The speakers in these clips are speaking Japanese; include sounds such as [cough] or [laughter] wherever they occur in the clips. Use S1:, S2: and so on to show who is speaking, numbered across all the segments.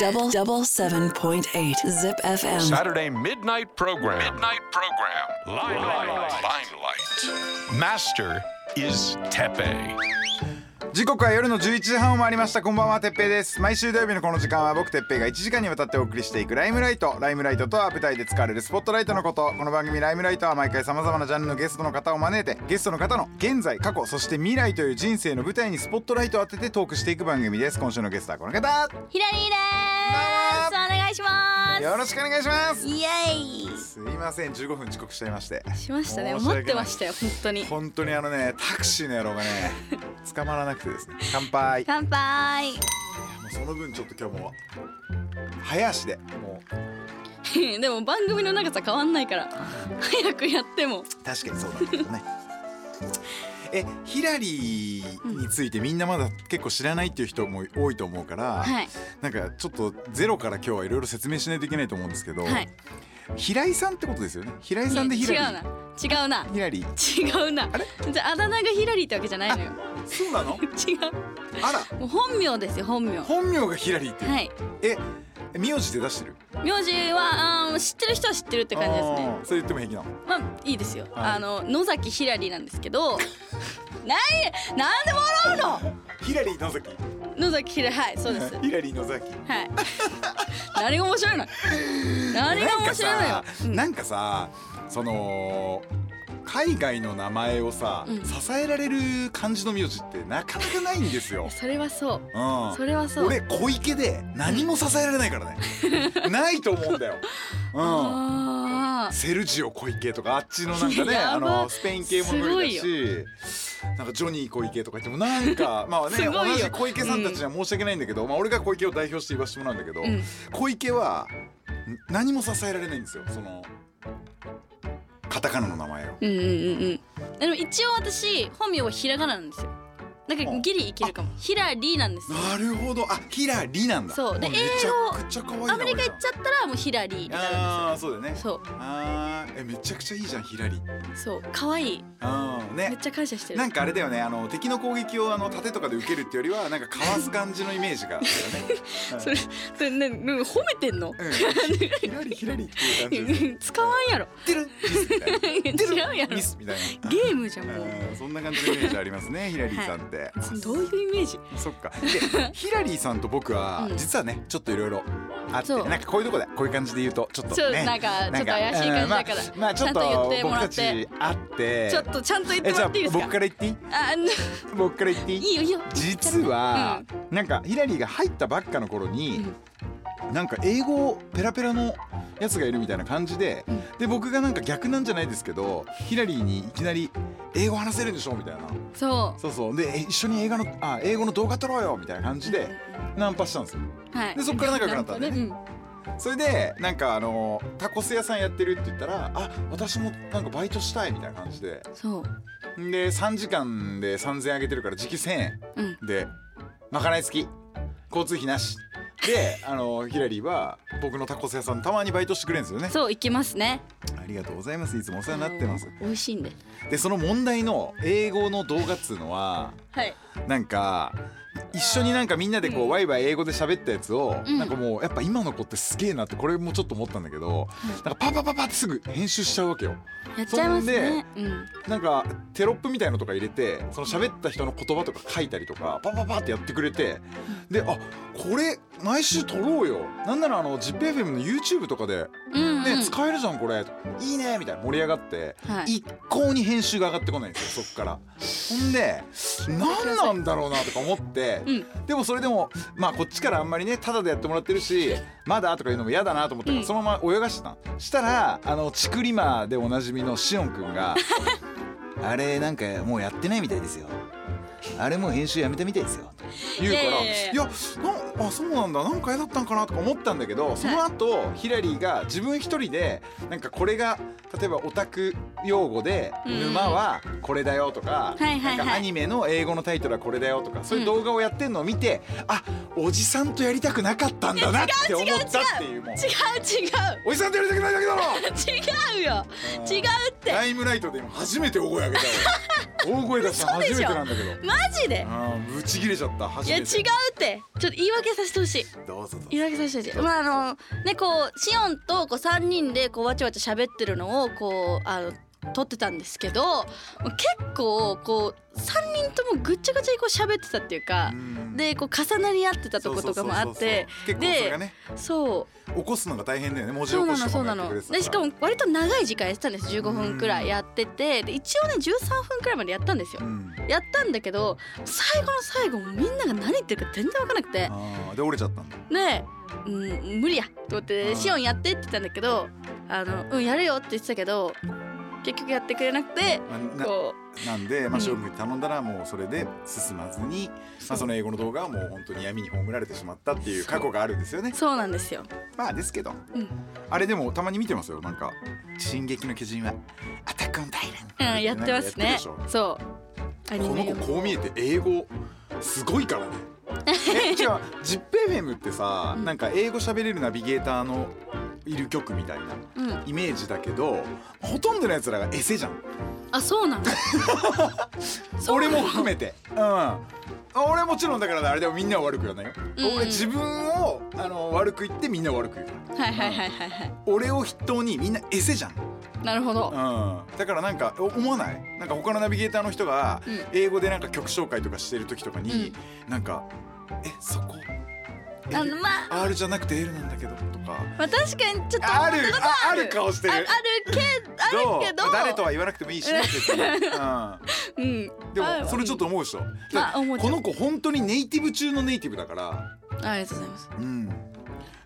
S1: Double double seven point eight zip FM.
S2: Saturday midnight program. Midnight program. Limelight. Limelight. Master is Tepe.
S3: 時刻は夜の11時半を回りましたこんばんはてっぺいです毎週土曜日のこの時間は僕てっぺいが1時間にわたってお送りしていくライムライトライムライトとは舞台で使われるスポットライトのことこの番組ライムライトは毎回さまざまなジャンルのゲストの方を招いてゲストの方の現在過去そして未来という人生の舞台にスポットライトを当ててトークしていく番組です今週のゲストはこの方
S4: ひらりーです。お願いします。
S3: よろしくお願いします
S4: イエ
S3: すいません15分遅刻しちゃいまして
S4: イ。しましたね。
S3: 申し
S4: 待
S3: 訳ない
S4: ってましたよ、本当に。
S3: 本当にあのねタクシーの野郎がね捕まらなくてですね乾杯も
S4: 乾杯。
S3: うその分ちょっと今日も早足でも
S4: [laughs]
S3: う
S4: でも番組の長さ変わんないから、早くやっても。
S3: 確かにそうなんだけどね [laughs] えヒラリーについてみんなまだ結構知らないっていう人も多いと思うから、
S4: はい。
S3: なんかちょっとゼロから今日はいろいろ説明しないといけないと思うんですけど、
S4: はい。
S3: 平井さんってことですよね平井さんでヒ
S4: 違う
S3: ラリ
S4: な
S3: ー。
S4: 違うな。
S3: ヒラリー
S4: 違うな。じゃあ、あだ名がひらりってわけじゃないのよ。
S3: そうなの
S4: 違う。
S3: あら
S4: もう本名ですよ、本名。は
S3: 本名がヒラリーっていう、
S4: い。
S3: え名字で出してる
S4: 名字は、あー知ってる人は知ってるって感じですね。
S3: あーそれ言っても平気なの
S4: まあいいですよ、
S3: はい
S4: あの野崎ひらりなんですけ
S3: [laughs]
S4: どなんなんで笑
S3: ヒラリー野崎
S4: うの野崎ひらりはいそうですは
S3: ヒラリー野崎
S4: い [laughs] 何が面白いの何が面白いのようん
S3: なんかさなんかさその海外の名前をさ、
S4: うん
S3: 支えられる感じの名字ってなかなかないんで
S4: [laughs]
S3: すよ。
S4: それはそう
S3: うん、
S4: それはそう
S3: 俺小池で何も支えられないからね、
S4: [laughs]
S3: ないと思うんだよ。うん
S4: あー
S3: セルジオ小池とかあっちのなんかねあ
S4: [laughs] やば
S3: のスペイン系も無理だ
S4: す
S3: しなんかジョニー小池とか言ってもな
S4: [laughs]
S3: んかまあね
S4: す
S3: 同
S4: ごいよ
S3: じ小池さんたちには申し訳ないんだけど、まあ俺が小池を代表して言わせてもらうんだけど、
S4: うん
S3: 小池はん何も支えられないんですよそのカタカナの名前を。
S4: うんうんうんうんでも一応私本名はひらがななんですよだからギリいけるかもひらりなんですよ
S3: なるほどあヒラリなんだ
S4: そうで
S3: もめちゃくちゃ可愛いな
S4: アメリカ行っちゃったらもうひらりになるん
S3: ああーそうだよね
S4: ですよ
S3: あーえめちゃくちゃいいじゃんヒラリ
S4: そうそう可愛い
S3: あー
S4: めっ
S3: ね
S4: ちゃ感謝してる [laughs]
S3: なんかあれだよねあの敵の攻撃をあの盾とかで受けるってよりはなんかかわす感じのイメージがあっ
S4: [laughs]
S3: たよね
S4: それそれねうん褒めてんの
S3: うんヒラリヒラリっていう感じです
S4: 使わんやろ
S3: てるミスみたいな
S4: 違うやろ
S3: ミスみたいな
S4: ゲームじゃんもう
S3: うんそんな感じのイメージありますねヒラリーさんって、
S4: どういうイメージ
S3: そっかでヒラリーさんと僕は
S4: うん
S3: 実はねちょっといろいろあって
S4: そう
S3: なんかこういうとこでこういう感じで言うとちょっと
S4: そう
S3: ね
S4: なんかちょっと怪しい
S3: な
S4: 感じだから
S3: んうんまあまあちょっ
S4: ちゃんと言
S3: と
S4: っても
S3: 僕
S4: ら
S3: た
S4: って
S3: ちあって
S4: ちょっとちゃんと言って
S3: え
S4: も
S3: じ
S4: ら
S3: ゃあ
S4: っていいです
S3: 僕
S4: か
S3: から言っていい
S4: ああの
S3: 僕から言っていい
S4: いいよいいよ
S3: 実は、なんかヒラリーが入ったばっかの頃に、なんか英語ペラペラのやつがいるみたいな感じで、
S4: うん
S3: で僕がなんか逆なんじゃないですけどヒラリーにいきなり「英語話せるんでしょ?」みたいな
S4: そ
S3: そうそうでえ一緒に映画のあ英語の動画撮ろうよみたいな感じでナンパしたんですよ
S4: うはい
S3: でそっから仲良くなったんだよね
S4: なんか
S3: それでなんかあのタコス屋さんやってるって言ったらあ私もなんかバイトしたいみたいな感じで
S4: うんそう
S3: で3時間で3000円あげてるから時給1000円
S4: うん
S3: でまかない付き交通費なしであのヒラリーは僕のタコス屋さんたまにバイトしてくれるんですよね
S4: そう行きますね
S3: ありがとうございますいつもお世話になってます
S4: 美味しいんで
S3: でその問題の英語の動画っつうのは
S4: はい
S3: なんか一緒になんかみんなでこう、ワイワイ英語で喋ったやつを、
S4: うん
S3: なんかもうやっぱ今の子ってすげえなってこれもちょっと思ったんだけど、なんかパパパパってすぐ編集しちゃうわけよ
S4: やっちゃいます
S3: そん
S4: ね
S3: で
S4: うん
S3: なんかテロップみたいのとか入れてその喋った人の言葉とか書いたりとかパパパってやってくれてであこれ毎週撮ろうよなんならあの ZIPFM の YouTube とかで、ね
S4: うんうん
S3: 使えるじゃんこれいいねみたいな盛り上がって、
S4: はい
S3: 一向に編集が上がってこないんですよそっから。ほんで何なんだろうなとか思って、
S4: うん
S3: でもそれでもまあこっちからあんまりねタダでやってもらってるしまだとか言うのも嫌だなと思って、
S4: うん
S3: そのまま泳がしてたのしたらあのチクリマでおなじみのしおんく
S4: [laughs]
S3: んが「あれなんかもうやってないみたいですよ」あれもう編集やめたみたいですよ言うから
S4: い
S3: い
S4: や
S3: や
S4: いやいや
S3: なんあそうなんだなんか嫌だったんかなとか思ったんだけどその後ヒラリーが自分一人でなんかこれが例えばオタク用語で「
S4: うん
S3: 沼はこれだよ」とか,、
S4: はいはいはい
S3: なんかアニメの英語のタイトルはこれだよとかそういう動画をやってんのを見て、あおじさんとやりたくなかったんだなって思ったっていうもうおじさんとやりたくないだけだろ
S4: 違う違う違うよ [laughs] 違うって
S3: ライムライトで今初めて大声上げた俺大声出したの初めてなんだけど
S4: マジで
S3: あーぶち切れちゃった初
S4: いや違う
S3: め
S4: っててちょっと言い訳させてほしい
S3: どうぞどう
S4: 言い訳させてほしいまああのねこうシオンとこう3人でこうわちゃわちゃ喋ってるのをこうあの撮ってたんですけどもう結構こう3人ともぐっちゃぐちゃにこう喋ってたっていうか
S3: うん
S4: でこう重なり合ってたと
S3: ぞ
S4: ことかもあって
S3: そうそうそうそう結構それがね
S4: そう
S3: 起こすのが大変だよね文字
S4: そ
S3: 起
S4: う
S3: こ
S4: な
S3: し
S4: の
S3: と
S4: そ
S3: か
S4: う
S3: もや
S4: な
S3: ってく
S4: ので
S3: れてたから
S4: しかも割と長い時間やってたんです15分くらいやっててで一応ね13分くらいまでやったんですよ
S3: うん
S4: やったんだけど最後の最後もうみんなが何言ってるか全然分からなくて
S3: あーで折れちゃったんだ
S4: で、うん、無理やと思って「シオンやって」って言ったんだけど「あのうんやるよ」って言ってたけど結局やってくれなくて
S3: まあな
S4: こ
S3: なんで、
S4: う
S3: まあ、
S4: ん
S3: ショー君に頼んだらもうそれで進まずに、まあ、その英語の動画はもう本当に闇に葬られてしまったっていう過去があるんですよね
S4: うそうなんですよ。
S3: まあですけど、
S4: うん
S3: あれでもたまに見てますよなんか「進撃の巨人」は「アタックオンタイ
S4: う
S3: ラン」
S4: ん、やってます
S3: や
S4: ね
S3: ってるでしょ
S4: そうアニ
S3: この
S4: メ
S3: 子こう見えて英語すごいからね。えじゃあ ZIPFM ってさなんか英語喋れるナビゲーターのいる曲みたいな
S4: うん、
S3: イメージだけどほとんどのやつらがエセじゃん
S4: あそう
S3: [laughs]
S4: なのそう
S3: 俺も含めてうんあ俺はもちろんだからねあれでもみんなは悪く言わないよ、
S4: うん
S3: 俺自分をあの悪く言ってみんな悪く言うから
S4: はいはいはいはいは
S3: 俺を筆頭にみんなエセじゃん
S4: いなるほど
S3: うん、だからなんかお思わないなんか他のナビゲーターの人が
S4: うん
S3: 英語でなんか曲紹介とかしてる時とかに、なんか「えそこ
S4: あのまあ
S3: R じゃなくて L なんだけど」とか
S4: まあ確かにちょっと
S3: ある
S4: 思ったこと
S3: あある顔してる
S4: ああるけあるけど
S3: 誰とは言わなくてもいいしね別
S4: [laughs]
S3: に、う
S4: うん
S3: ん、で
S4: あ
S3: もそれちょっと思うでしょ、
S4: まあ思う
S3: この子本当にネイティブ中のネイティブだから、
S4: あありがとうございます
S3: うん、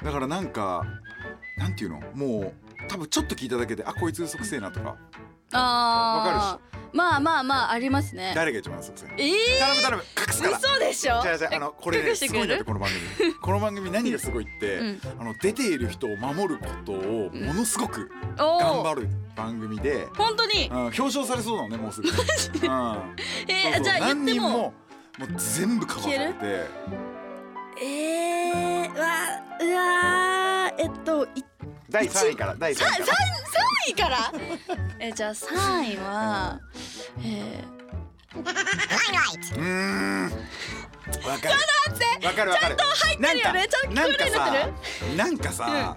S3: だからなんかなんていうのもう多分ちょっと聞いただけで「あこいつ嘘くせえな」とか
S4: ああまあまあまあありますね
S3: 誰が一番嘘くせえ
S4: ええ
S3: 頼む頼む隠すから
S4: 嘘でしょ
S3: 違う違うあのこれね
S4: 隠して
S3: す
S4: く
S3: ごい
S4: れ
S3: ん
S4: る
S3: だってこの番
S4: [laughs]
S3: 組この番組何がすごいって、
S4: うん
S3: あの出ている人を守ることをものすごく頑
S4: お
S3: 張
S4: お
S3: る番組で、
S4: 本当に
S3: うん、表彰されそうなのねもうす
S4: [laughs]
S3: ぐ、うん、そう
S4: え
S3: そ
S4: ー、
S3: う
S4: じゃあ言っ
S3: 何
S4: て
S3: 人も
S4: も
S3: もう全部カバーされて
S4: えー、わうわーえっとい
S3: 第3位から第3位から
S4: いから [laughs] えじゃあ三位はえー
S3: うーんわかるわかるわかるちゃんと入って
S4: るよねちゃんとクールにな
S3: なんかさなんかさ、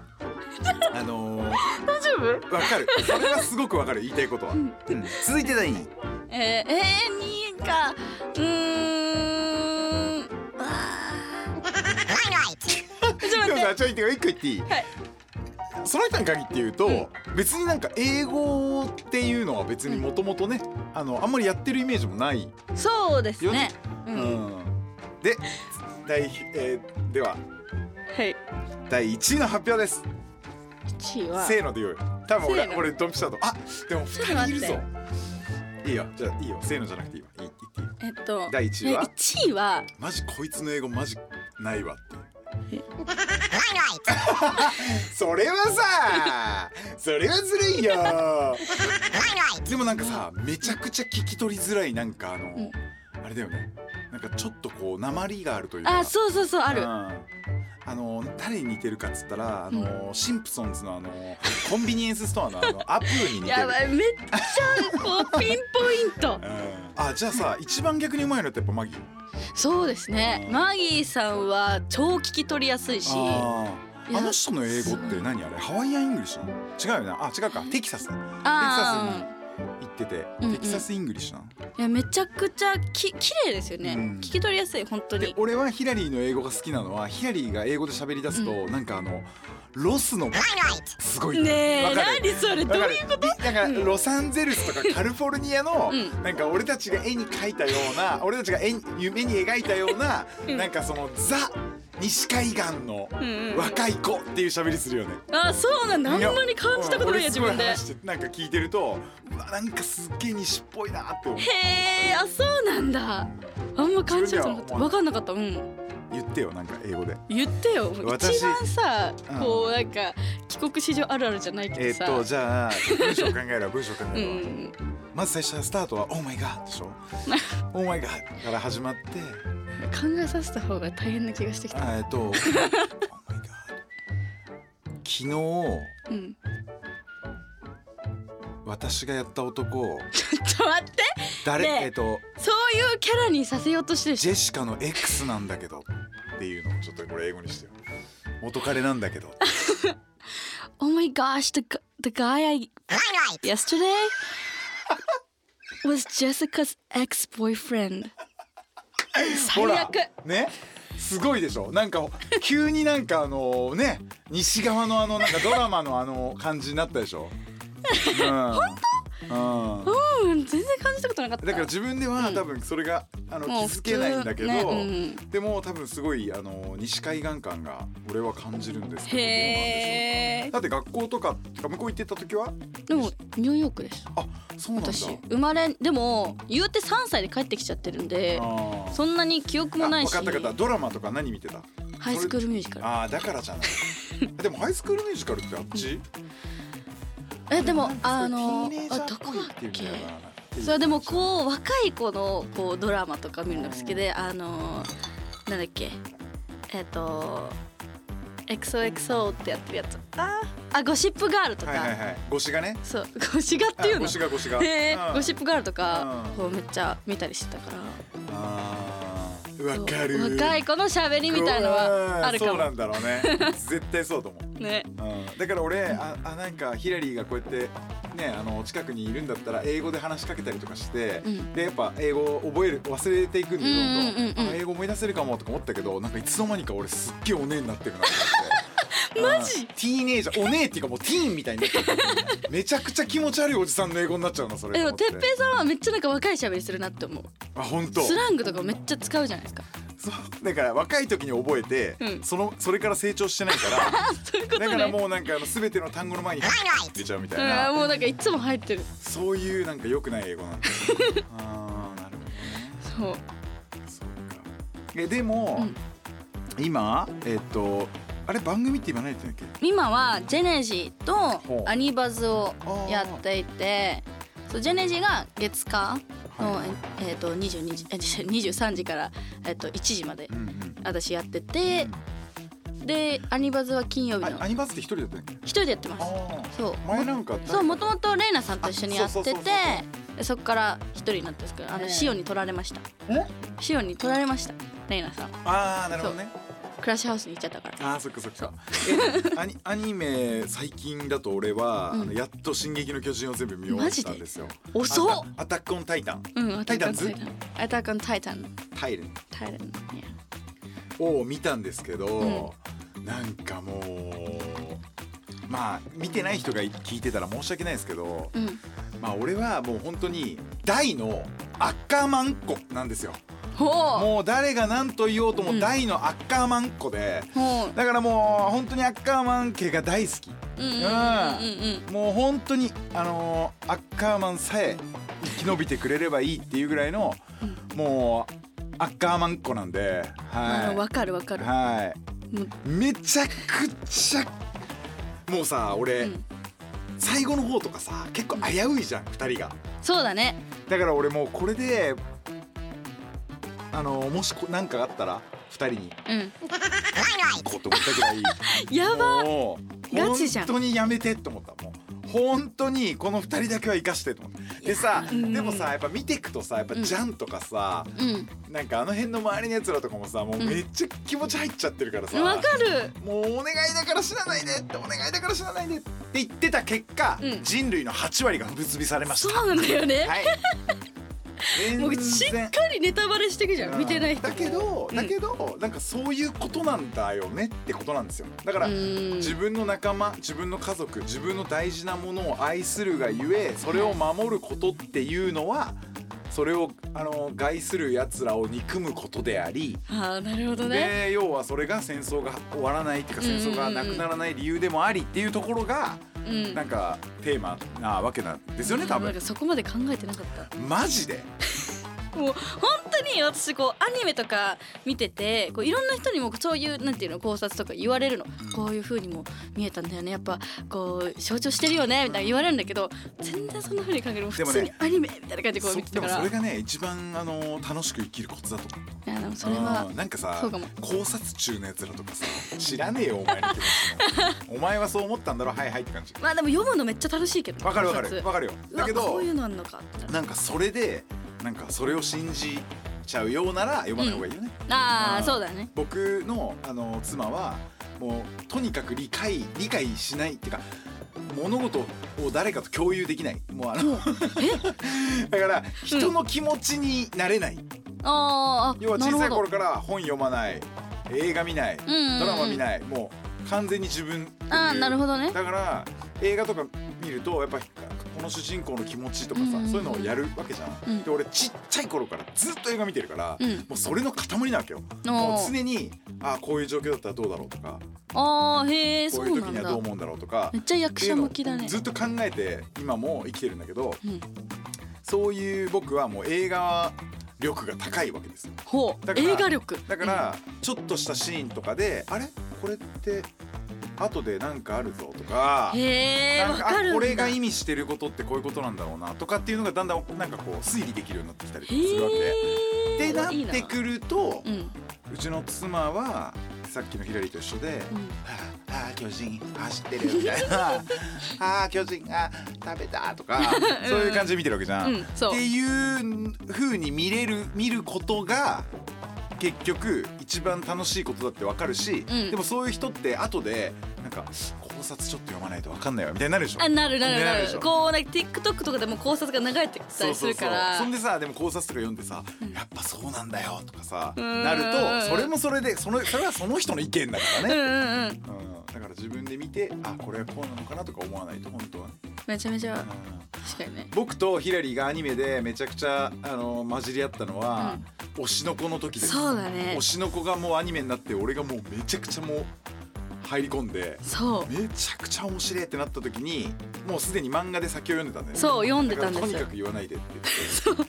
S3: あのー、
S4: [laughs] 大丈夫
S3: わかるそれはすごくわかる言いたいことは、うん続いて第2位
S4: えー、えー、二位かうーんわーちょっと待っ
S3: でも
S4: て
S3: さちょいと一個言っていい、
S4: はい
S3: その人に限って言うと、別になんか英語っていうのは別にもともとね、あのあんまりやってるイメージもない、
S4: そうですねう、
S3: うん
S4: は
S3: で第、えーではい第1位の発表です
S4: 一位は
S3: せーので言う多分俺
S4: せーの
S3: 俺ドンピシャだとあでも
S4: ちょっと
S3: 2人い
S4: 待
S3: る
S4: っ
S3: ぞ
S4: て
S3: いいよじゃあいいよせーのじゃなくていいわいいって言っていい
S4: えっと
S3: 第一位は
S4: え一位は
S3: マジこいつの英語マジないわっていう [laughs] それはさそれはずるいよ [laughs] でもなんかさめちゃくちゃ聞き取りづらいなんかあの、
S4: ん
S3: あれだよねなんかちょっとこう鉛があるというか
S4: あそうそうそうある
S3: うんあの誰に似てるかっつったらあの、シンプソンズのあのコンビニエンスストアのあのアップルに似て
S4: や
S3: る
S4: ばいめっちゃこうピンポイント
S3: [laughs] うんあじゃあさ一番逆にうまいのってやっぱマギー
S4: そうですねマギーさんは超聞き取りやすいしあ
S3: あーあの人の英語って何あれハワイアンイングリッシュなの違うよなあ違うかテキサスだテキサ
S4: あ
S3: スに行ってて、
S4: うんうん
S3: テキサスイングリッシュなの
S4: いやめちゃくちゃき綺麗ですよね、
S3: うん
S4: 聞き取りやすい本当
S3: で
S4: に
S3: 俺はヒラリーの英語が好きなのはヒラリーが英語で喋り出すと、なんかあのロスのすごい
S4: ねえ
S3: わかる
S4: 何それどういうこと
S3: とだからロサンゼルスと
S4: [laughs]
S3: かカリフォルニアの、
S4: うん
S3: なんか俺たちが絵に描いたような俺たちが絵に夢に描いたような、なんかそのザ西海岸の
S4: んうん
S3: 若い子っていう喋りするよね。
S4: あそうなんだあんまり感じたことないや
S3: うん
S4: 自分で
S3: 俺
S4: へ
S3: すごい話してなんか聞いてるとうわなんかすっげえ西っぽ
S4: [laughs]
S3: いなって思う
S4: えあそうなんだあんま感じたことなかった
S3: 自分では思わない
S4: 分かんなかったうん
S3: 言ってよなんか英語で
S4: 言ってよ
S3: 私
S4: 一番さ
S3: うん
S4: こうなんか帰国史上あるあるじゃないけど
S3: えー
S4: さ、
S3: っとじゃあ文章考えろ文章考
S4: う
S3: えろ、
S4: ん
S3: まず最初はスタートは「オーマイガー」
S4: [laughs]
S3: でしょ「オーマイガー」から始まって
S4: 考えさせた方が大変な気がしてき
S3: あ
S4: た、
S3: ーえっ
S4: [laughs]
S3: と「オーマイガー」昨日
S4: うん、 [laughs]
S3: 私がやった男を
S4: ちょっと待って
S3: 誰、
S4: ねえ
S3: えっと
S4: そういうキャラにさせようとしてる
S3: ジ
S4: し
S3: ェシカの X なんだけどっていうのをちょっとこれ英語にしてよ元彼なんだけど
S4: Oh my gosh the, gu- the guy I yesterday was Jessica's ex-boyfriend
S3: ほ
S4: 最
S3: ら
S4: 悪
S3: ねすごいでしょなんか急になんかあのね西側のあのなんかドラマのあの感じになったでしょ、うん、本当、うん、
S4: うん全然感じたことなかった
S3: だから自分では
S4: うん
S3: 多分それが、あの気
S4: もう
S3: づけないんだけど、
S4: 普通ね
S3: でも多分すごいあの西海岸感が俺は感じるんですけどどうなんでしょ
S4: へ
S3: う
S4: え
S3: だって学校とか向こう行ってた時は
S4: でもニューヨークです
S3: あそうなんだ
S4: 私生まれでも言うて3歳で帰ってきちゃってるんで
S3: あー
S4: そんなに記憶もないし
S3: あ分かった分かったドラマとか何見てた
S4: ハイスクールミュージカ
S3: ああだからじゃない
S4: [laughs]
S3: でもハイスクールミュージカルってあっち
S4: ルえでもあ
S3: な
S4: の
S3: んかすご
S4: あ
S3: いティーネージャー
S4: どこだ
S3: ぽい
S4: ってけ
S3: いうんだよな
S4: そうでもこう若い子のこうドラマとか見るのが好きであのなんだっけえっと XOXO ってやってるやつあーあゴシップガールとか、
S3: はいはいはいゴシがね
S4: そうゴシガっていう
S3: あ
S4: の
S3: ゴシがゴシが
S4: へえ
S3: うん
S4: ゴシップガールとか
S3: う
S4: こ
S3: ん
S4: うめっちゃ見たりしてたから
S3: あーわかる
S4: 若い子のしゃべりみたいのはあるか
S3: そうな
S4: も
S3: んだろうね絶対そうと思う
S4: ね
S3: うんだから俺ああなんかヒラリーがこうやってねあの近くにいるんだったら英語で話しかけたりとかして、
S4: うん
S3: でやっぱ英語を覚える忘れていくんでどんど
S4: う
S3: ん,、
S4: んうんうんうん
S3: あ英語思い出せるかもとか思ったけどなんかいつの間にか俺すっげえお姉になってるなと
S4: [laughs]
S3: 思ってマジティーネージャーお姉っていうかもうティーンみたいになってるめちゃくちゃ気持ち悪いおじさんの英語になっちゃうなそれ
S4: で
S3: と
S4: も
S3: 思って
S4: っぺいさんはめっちゃなんか若いしゃべりするなって思う
S3: あ本当
S4: スラングとかめっちゃ使うじゃないですか
S3: そうだから若い時に覚えて、
S4: うん
S3: そのそれから成長してないから
S4: あ [laughs] そういうことね
S3: だからもうなんかあの全ての単語の前に「はい」って言っちゃうみたいな
S4: うん、もうなんかいつも入ってる
S3: そういうなんか良くない英語なんだ。
S4: [laughs]
S3: ああ、なるほどね。
S4: そう
S3: そうか。え、でも、今、えっと、あれ番組って今何やってんだっけ。
S4: 今はジェネジー
S3: ほう
S4: とアニバズをやっていてそうジェネジーが月火の、
S3: はい
S4: ええー、と22時え23時から、えー、と1時まで
S3: うんうん。
S4: 私やってて、でアニバズは金曜日の
S3: あ、アニバースって一人でやってんだっけ。
S4: 一人でやってます
S3: ああ。
S4: そう
S3: 前なんかあった。
S4: そうもともとレイナさんと一緒にやって
S3: あそう
S4: て
S3: そうそうそう
S4: でそこから一人になったんですけどあのシオンに取られました
S3: え
S4: シオンに取られましたレイナさん
S3: ああ、なるほどね。
S4: クラッシュハウスに行っちゃったから
S3: ああ、そっかそっか。え、アニ、アニメ最近だと俺は、あ
S4: うん
S3: のやっと進撃の巨人を全部見終わったんですよ。
S4: 遅っ
S3: アタックオンタイタン、
S4: うんアタックオン
S3: タ
S4: タ
S3: イ
S4: イ
S3: タ
S4: タンアタックオンタイタン
S3: タイレン
S4: タイタンいや
S3: を見たんですけど、なんかもうまあ見てない人が聞いてたら申し訳ないですけど、
S4: うん
S3: まあ俺はもう本当に大の赤マンコなんですよ
S4: ほう
S3: もう誰が何と言おうとも
S4: うん
S3: 大の赤マンコで、
S4: ほう
S3: だからもう本当に赤マン家が大好き
S4: うんうんうん
S3: もう本当にあのーアッカーマンさえ生き延びてくれればいいっていうぐらいの、もうアッカーマンっ子なんで
S4: うんうん
S3: は
S4: わかるわか
S3: い
S4: る
S3: はい
S4: もう
S3: めちゃくちゃもうさ俺、
S4: うん
S3: 最後の方とかさ結構危ういじゃん2人が
S4: そうだね
S3: だから俺もうこれであのもしこなんかがあったら2人
S4: [laughs]
S3: に
S4: うん
S3: 行こうと思ったぐらい
S4: やば
S3: もう
S4: ガチじゃん
S3: 本当にやめてって思ったもう本当にこの2人だけは生かしてと思ってでさ
S4: うん
S3: でもさやっぱ見てくとさやっぱ
S4: うん
S3: ジャンとかさ、
S4: うん
S3: なんかあの辺の周りのやつらとかもさもうめっちゃ気持ち入っちゃってるからさ、
S4: わかる
S3: もうお願いだから死なないでってお願いだから死なないでって言ってた結果、
S4: うん
S3: 人類の8割がぶつびされまし
S4: そ
S3: た
S4: うなんだよね
S3: はい全然
S4: [laughs] もうしっかりネタバレしてくじゃん見てない人
S3: だけどだけど、なんかそういうことなんだよねってことなんですよだから、
S4: うん
S3: 自分の仲間自分の家族自分の大事なものを愛するがゆえそれを守ることっていうのはそれをあの害するやつらを憎むことであり、
S4: ああなるほどね
S3: で要はそれが戦争が終わらないっていうか
S4: うんうん
S3: 戦
S4: うん
S3: 争がなくならない理由でもありっていうところが
S4: うん
S3: なんかテーマなわけなんですよね多
S4: なん
S3: 分
S4: かそこまで考えてなかっ
S3: マジで
S4: たもう本当に私こうアニメとか見ててこういろんな人にもそういうなんていうの考察とか言われるの、こういう風にも見えたんだよねやっぱこう象徴してるよねみたいな言われるんだけど全然そんな風に考える
S3: で
S4: 普
S3: もね
S4: 通にアニメみたいな感じでこう見て
S3: で
S4: た
S3: も
S4: から
S3: そ
S4: い
S3: れがね一番あの楽しく生きるコツだと思う
S4: やでもそれは
S3: うんなんかさ
S4: そうかも
S3: 考察中のやつらとかさ
S5: 知らねえよお前の気持ちも
S4: [laughs]
S5: お前はそう思ったんだろはいはいって感じ
S4: まあでも読むのめっちゃ楽しいけど
S5: わかるわかる
S4: 考察
S5: わかるよ
S4: うわ
S3: だけど
S4: こういうのあんのかみたいな
S3: なんかそれでなんかそれを信じちゃうようなら読まない方がいいよね、
S4: あ
S3: あ
S4: あ
S3: ー
S4: そうだね
S3: 僕のあの妻はもうとにかく理解理解しないっていうか物事を誰かと共有できないもうあの [laughs] だから人の気持ちになれない、
S4: あーあ
S3: 要は
S4: な
S3: 小
S4: る
S3: さ
S4: ほ
S3: い
S4: ど
S3: 頃から本読まない映画見ない、
S4: うんうんうん
S3: ドラマ見ないもう完全に自分っていう
S4: あーなるほどね
S3: だから映画とか見るとやっぱこの主人公の気持ちとかさ、
S4: うんうん
S3: そういうのをやるわけじゃん、
S4: うん
S3: で俺ちっちゃい頃からずっと映画見てるから、
S4: うん
S3: もうそれの塊なわけよ
S4: おー
S3: もう常にあーこういう状況だったらどうだろうとか
S4: あーへえ
S3: こ
S4: そう
S3: いう
S4: う
S3: 時
S4: なん
S3: には
S4: だ
S3: どう思うんだろうとか
S4: めっちゃ役者向きだ
S3: って
S4: ね
S3: いうのをずっと考えて今も生きてるんだけど
S4: うん
S3: そういう僕はもう映画力が高いわけですよ
S4: ほう
S3: だから
S4: 映画力
S3: だからちょっとしたシーンとかであれこれって後でなんかあるぞとか
S4: うんへえ
S3: な
S4: わ
S3: んか
S4: かるん
S3: あ
S4: だ
S3: これが意味してることってこういうことなんだろうなとかっていうのがだんだんなんかこう推理できるようになってきたりとかするわけで。
S4: へ
S3: って
S4: ー
S3: なって
S4: い
S3: くると
S4: いなうん
S3: うちの妻はさっきのひらりと一緒で
S4: うん
S3: 「はあはあ巨人走ってる」みたい
S4: [laughs]
S3: な「ああ巨人が食べた」とかそういう感じで見てるわけじゃん。
S4: うん
S3: っ
S4: そう
S3: ていう風に見れる見ることが結局一番楽しいことだってわかるし、
S4: うん
S3: でもそういう人って後でなんか考察ちょっと読まないとわかんないわみたいになるでしょ。
S4: あなるなる
S3: な
S4: な
S3: る
S4: る
S3: でしょ
S4: こうなんか TikTok とかでも考察が流れてきたりするから
S3: そうそうそうそんでさでも考察とか読んでさ、やっぱそうなんだよとかさ
S4: うーん
S3: なるとそれもそれでそのそれはその人の意見だからね、
S4: うんうんうん
S3: うん、だから自分で見てあこれはこうなのかなとか思わないと本当はね、
S4: めちゃめちゃ
S3: うん
S4: 確かにね
S3: 僕とヒラリーがアニメでめちゃくちゃあの混じり合ったのは、推しの子の時です
S4: そうだね
S3: 推しの子がもうアニメになって俺がもうめちゃくちゃもう入り込んで
S4: そ
S3: めちゃくちゃ面白いってなった時にもうすでに漫画で先を読んでたん
S4: う
S3: だよね
S4: そう読んでたんで
S3: だからと
S4: す
S3: に
S4: よ
S3: かく言わないでって言って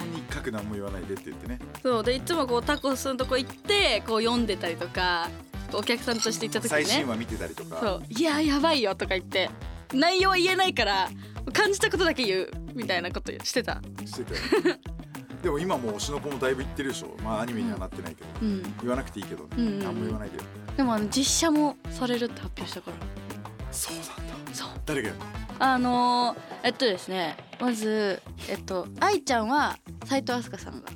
S3: とにかく何も言わないでって言ってね
S4: そうでいつもこうタコスのとこ行ってこう読んでたりとかお客さんとして行った時
S3: 最
S4: に
S3: 新
S4: ね
S3: 話見てたりとか
S4: そういややばいよとか言って内容は言えないから感じたことだけ言うみたいなことしてた
S3: してたよねでも今もう推しの子もだいぶ言ってるでしょまあアニメにはなってないけど、
S4: うん
S3: 言わなくていいけどね、
S4: うんうんうん
S3: 何も言わないでよ
S4: でもあの実写もされるって発表したから
S3: そうなんだ
S4: そう
S3: 誰がやる
S4: あのー、えっとですねまずえっと愛ちゃんは斉藤飛鳥さんが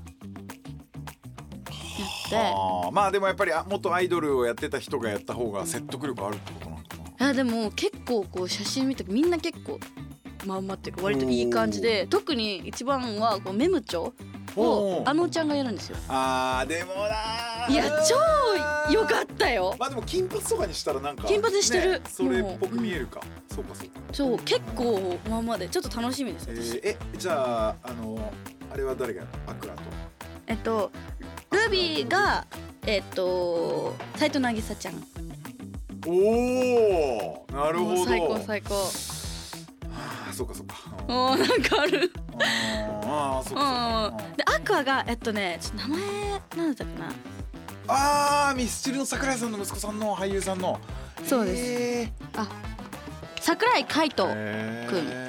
S4: やって
S3: のあーまあでもやっぱりあ元アイドルをやってた人がやった方が説得力あるってことなのかな
S4: あでも結構こう写真見てみんな結構まんまっていうか割といい感じで特に一番はこうメム長
S3: お
S4: を
S3: ー
S4: あのちゃんがやるんですよ
S3: あーでもなー
S4: いや超よかったよ
S3: まあでも金髪とかにしたらなんか
S4: 金髪してる
S3: ねそれっぽく見えるか、そうかそうか
S4: そう結構まんまでちょっと楽しみです
S3: え
S4: 私
S3: ーえじゃああのあれは誰がやるのアクラと
S4: えっとルビーがえっと斉藤渚ちゃん
S3: おおなるほ
S4: も
S3: ど
S4: う最高最高
S3: あそうか [laughs] そうかうん
S4: おーなんかある
S3: あーそうかそうか
S4: うん
S3: うん
S4: でアクアがえっとねちょっと名前なんだったかな
S3: あーミスチルの桜井さんの息子さんの俳優さんの
S4: そうです
S3: へー
S4: 桜井海斗
S3: へー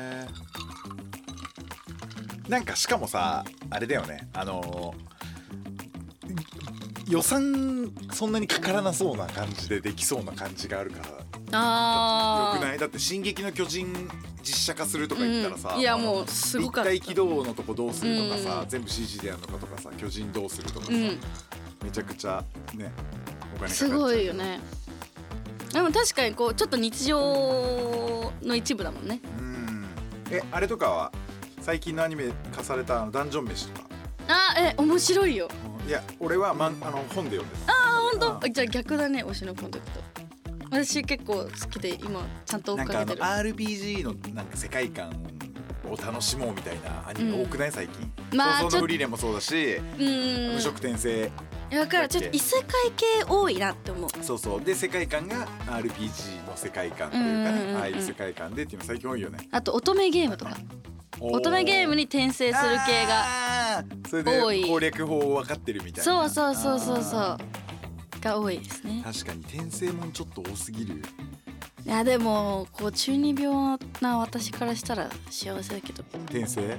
S3: なんかしかもさあれだよねあのー予算そんなにかからなそうな感じでできそうな感じがあるから
S4: あ
S3: よ
S4: ー
S3: くないだって「進撃の巨人」実写化するとか言ったらさ、
S4: うんいや
S3: あの
S4: もうすごかった
S3: 立体軌道のとこどうするとかさ、
S4: うん
S3: 全部 CG でやるのかとかさ巨人どうするとかさ、
S4: うん
S3: めちゃくちゃねお金かかっちゃう
S4: すごいよねでも確かにこうちょっと日常の一部だもんね
S3: うんえあれとかは最近のアニメ化されたあのダンジョン飯とか、
S4: あーえ面白いよ
S3: うんいや俺は、まん、あの本で読んでた
S4: あ本当じゃあ逆だね推しのコンテクト私結構好きで今ちゃんと追
S3: な
S4: っ
S3: んか
S4: か
S3: あ
S4: け
S3: の
S4: てる
S3: RPG のなんか世界観を楽しもうみたいなアニメ多くない、最近
S4: まあち
S3: 想像
S4: ょっ
S3: の
S4: と
S3: フリーレンもそうだし、
S4: うーん
S3: 無職転生
S4: だからちょっと異世界系多いなって思う
S3: そうそうで世界観が RPG の世界観というか
S4: うんうんうん
S3: ね
S4: うん
S3: ああいう世界観でっていうの最近多いよね
S4: あと乙女ゲームとか乙女ゲームに
S3: に
S4: 転生する系が
S3: あがそれで
S4: 多い
S3: 攻略法を分かってるみたいな
S4: そうそうそうそうそ
S3: あ
S4: うが多いですね
S3: ー確かに転生もんちょっと多すぎる
S4: いやでもこう中二病な私からしたら幸せだけど
S3: 転生
S4: うん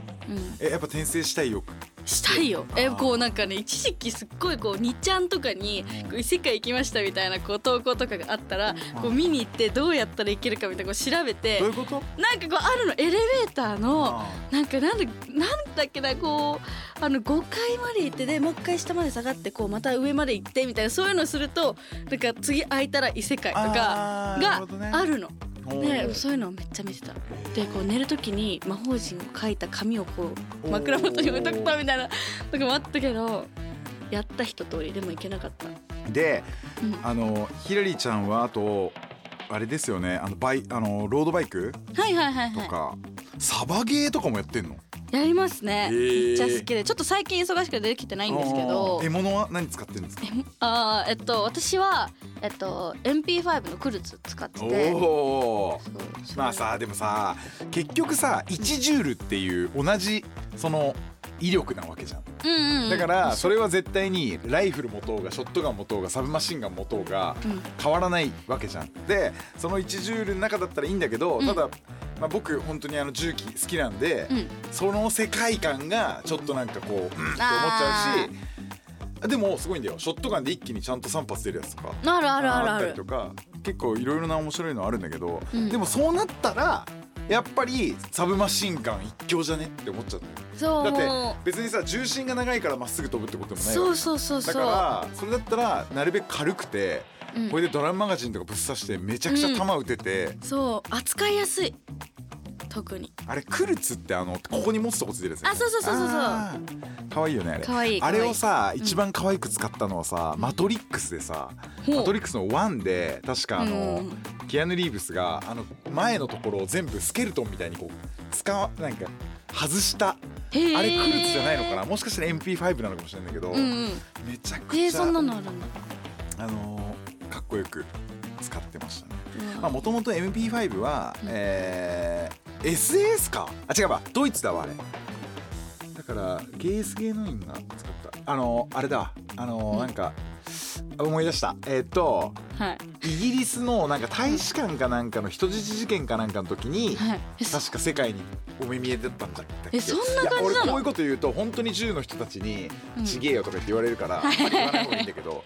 S3: えやっぱ転生したいよ
S4: したいよえ
S3: あー
S4: こうなんかね一時期すっごいこう2ちゃんとかにこう異世界行きましたみたいなこう投稿とかがあったらこう見に行ってどうやったら行けるかみたいなこう調べて
S3: どういうこと
S4: なんかこうあるのエレベーターの
S3: あ
S4: なんかなんだなんだっけなこうあの5階まで行ってでもう一回下まで下がってこうまた上まで行ってみたいなそういうのをするとなんか次空いたら異世界とか
S3: あーな
S4: が
S3: るほどね
S4: あるの。
S3: おー
S4: でそういうのをめっちゃ見てたでこう寝る時に魔法陣を書いた紙をこう枕元に置いとくとみたいなとかもあったけどやった一通りでもいけなかった、
S3: で
S4: うん、
S3: あのヒラリーちゃんはあとあれですよねあのバイあのロードバイク
S4: はいはいはい
S3: と
S4: は
S3: か、サバゲーとかもやってんの
S4: いやりますね
S3: へー
S4: めっちゃ好きでちょっと最近忙しくてできてないんですけど
S3: あー獲物は何使ってるんですか
S4: あーえっと私はえっと MP5 のクルツ使ってて
S3: おー
S4: そうそれ
S3: まあさでもさ結局さ1ジュールっていう同じその威力なわけじゃん
S4: うんうんうん
S3: だからそれは絶対にライフル持とうがショットガン持とうがサブマシンガン持とうが
S4: うん
S3: 変わらないわけじゃん。でその1ジュールの中だったらいいんだけど
S4: うん
S3: ただ、まあ、僕本当にあの銃器好きなんで、
S4: うん
S3: その世界観がちょっとなんかこう、うん、って思っち
S4: あ
S3: ゃうしでもすごいんだよショットガンで一気にちゃんと3発出るやつとか。
S4: あるあるある
S3: あ
S4: あ
S3: ったり
S4: る
S3: とか結構いろいろな面白いのあるんだけど、
S4: うん
S3: でもそうなったらやっぱりサブマシンガン一強じゃねって思っちゃう
S4: そう
S3: だ
S4: も
S3: って別にさ重心が長いからまっすぐ飛ぶってこと
S4: う
S3: もないわけ
S4: そうそうそうそ
S3: だ
S4: う
S3: からそれだったらなるべく軽くて、
S4: うん
S3: これでドラムマガジンとかぶっ刺してめちゃくちゃ弾打てて、
S4: そう扱いやすい特に
S3: あれクルツってあのここに持つとこついてるやつ
S4: あそうそうそうそうそう
S3: そうかわいいよねあれ
S4: 可愛い
S3: あれをさ、
S4: ん
S3: 一番可愛く使ったのはさ「マトリックス」でさ「マトリックス」の1で確かあの、
S4: うん
S3: キアヌ・リーブスがあの前のところを全部スケルトンみたいにこう使わなんか外した
S4: へー
S3: あれクルツじゃないのかなもしかしたら MP5 なのかもしれないんだけど、
S4: うんうん
S3: めちゃく
S4: え
S3: ち
S4: ー、
S3: ゃ、
S4: そんなのあるんだ
S3: あのーかっこよく使ってましたね。
S4: う
S3: まあ
S4: わ
S3: もともと MP5 は、えー SAS かあ違うわドイツだわあれだからゲース芸能人が使ったあのあれだあの、
S4: うん
S3: なんかあ思い出したえーっと
S4: はい
S3: イギリスのなんか大使館かなんかの人質事件かなんかの時に、
S4: はいえそ
S3: 確か世界にお目見えだったんだったっけ
S4: えそんな感じ
S3: いや
S4: なの
S3: 俺こういうこと言うと本当に銃の人たちに
S4: うん
S3: 「ちげえよ」とかって言われるから、あんまり言わない方がいいんだけど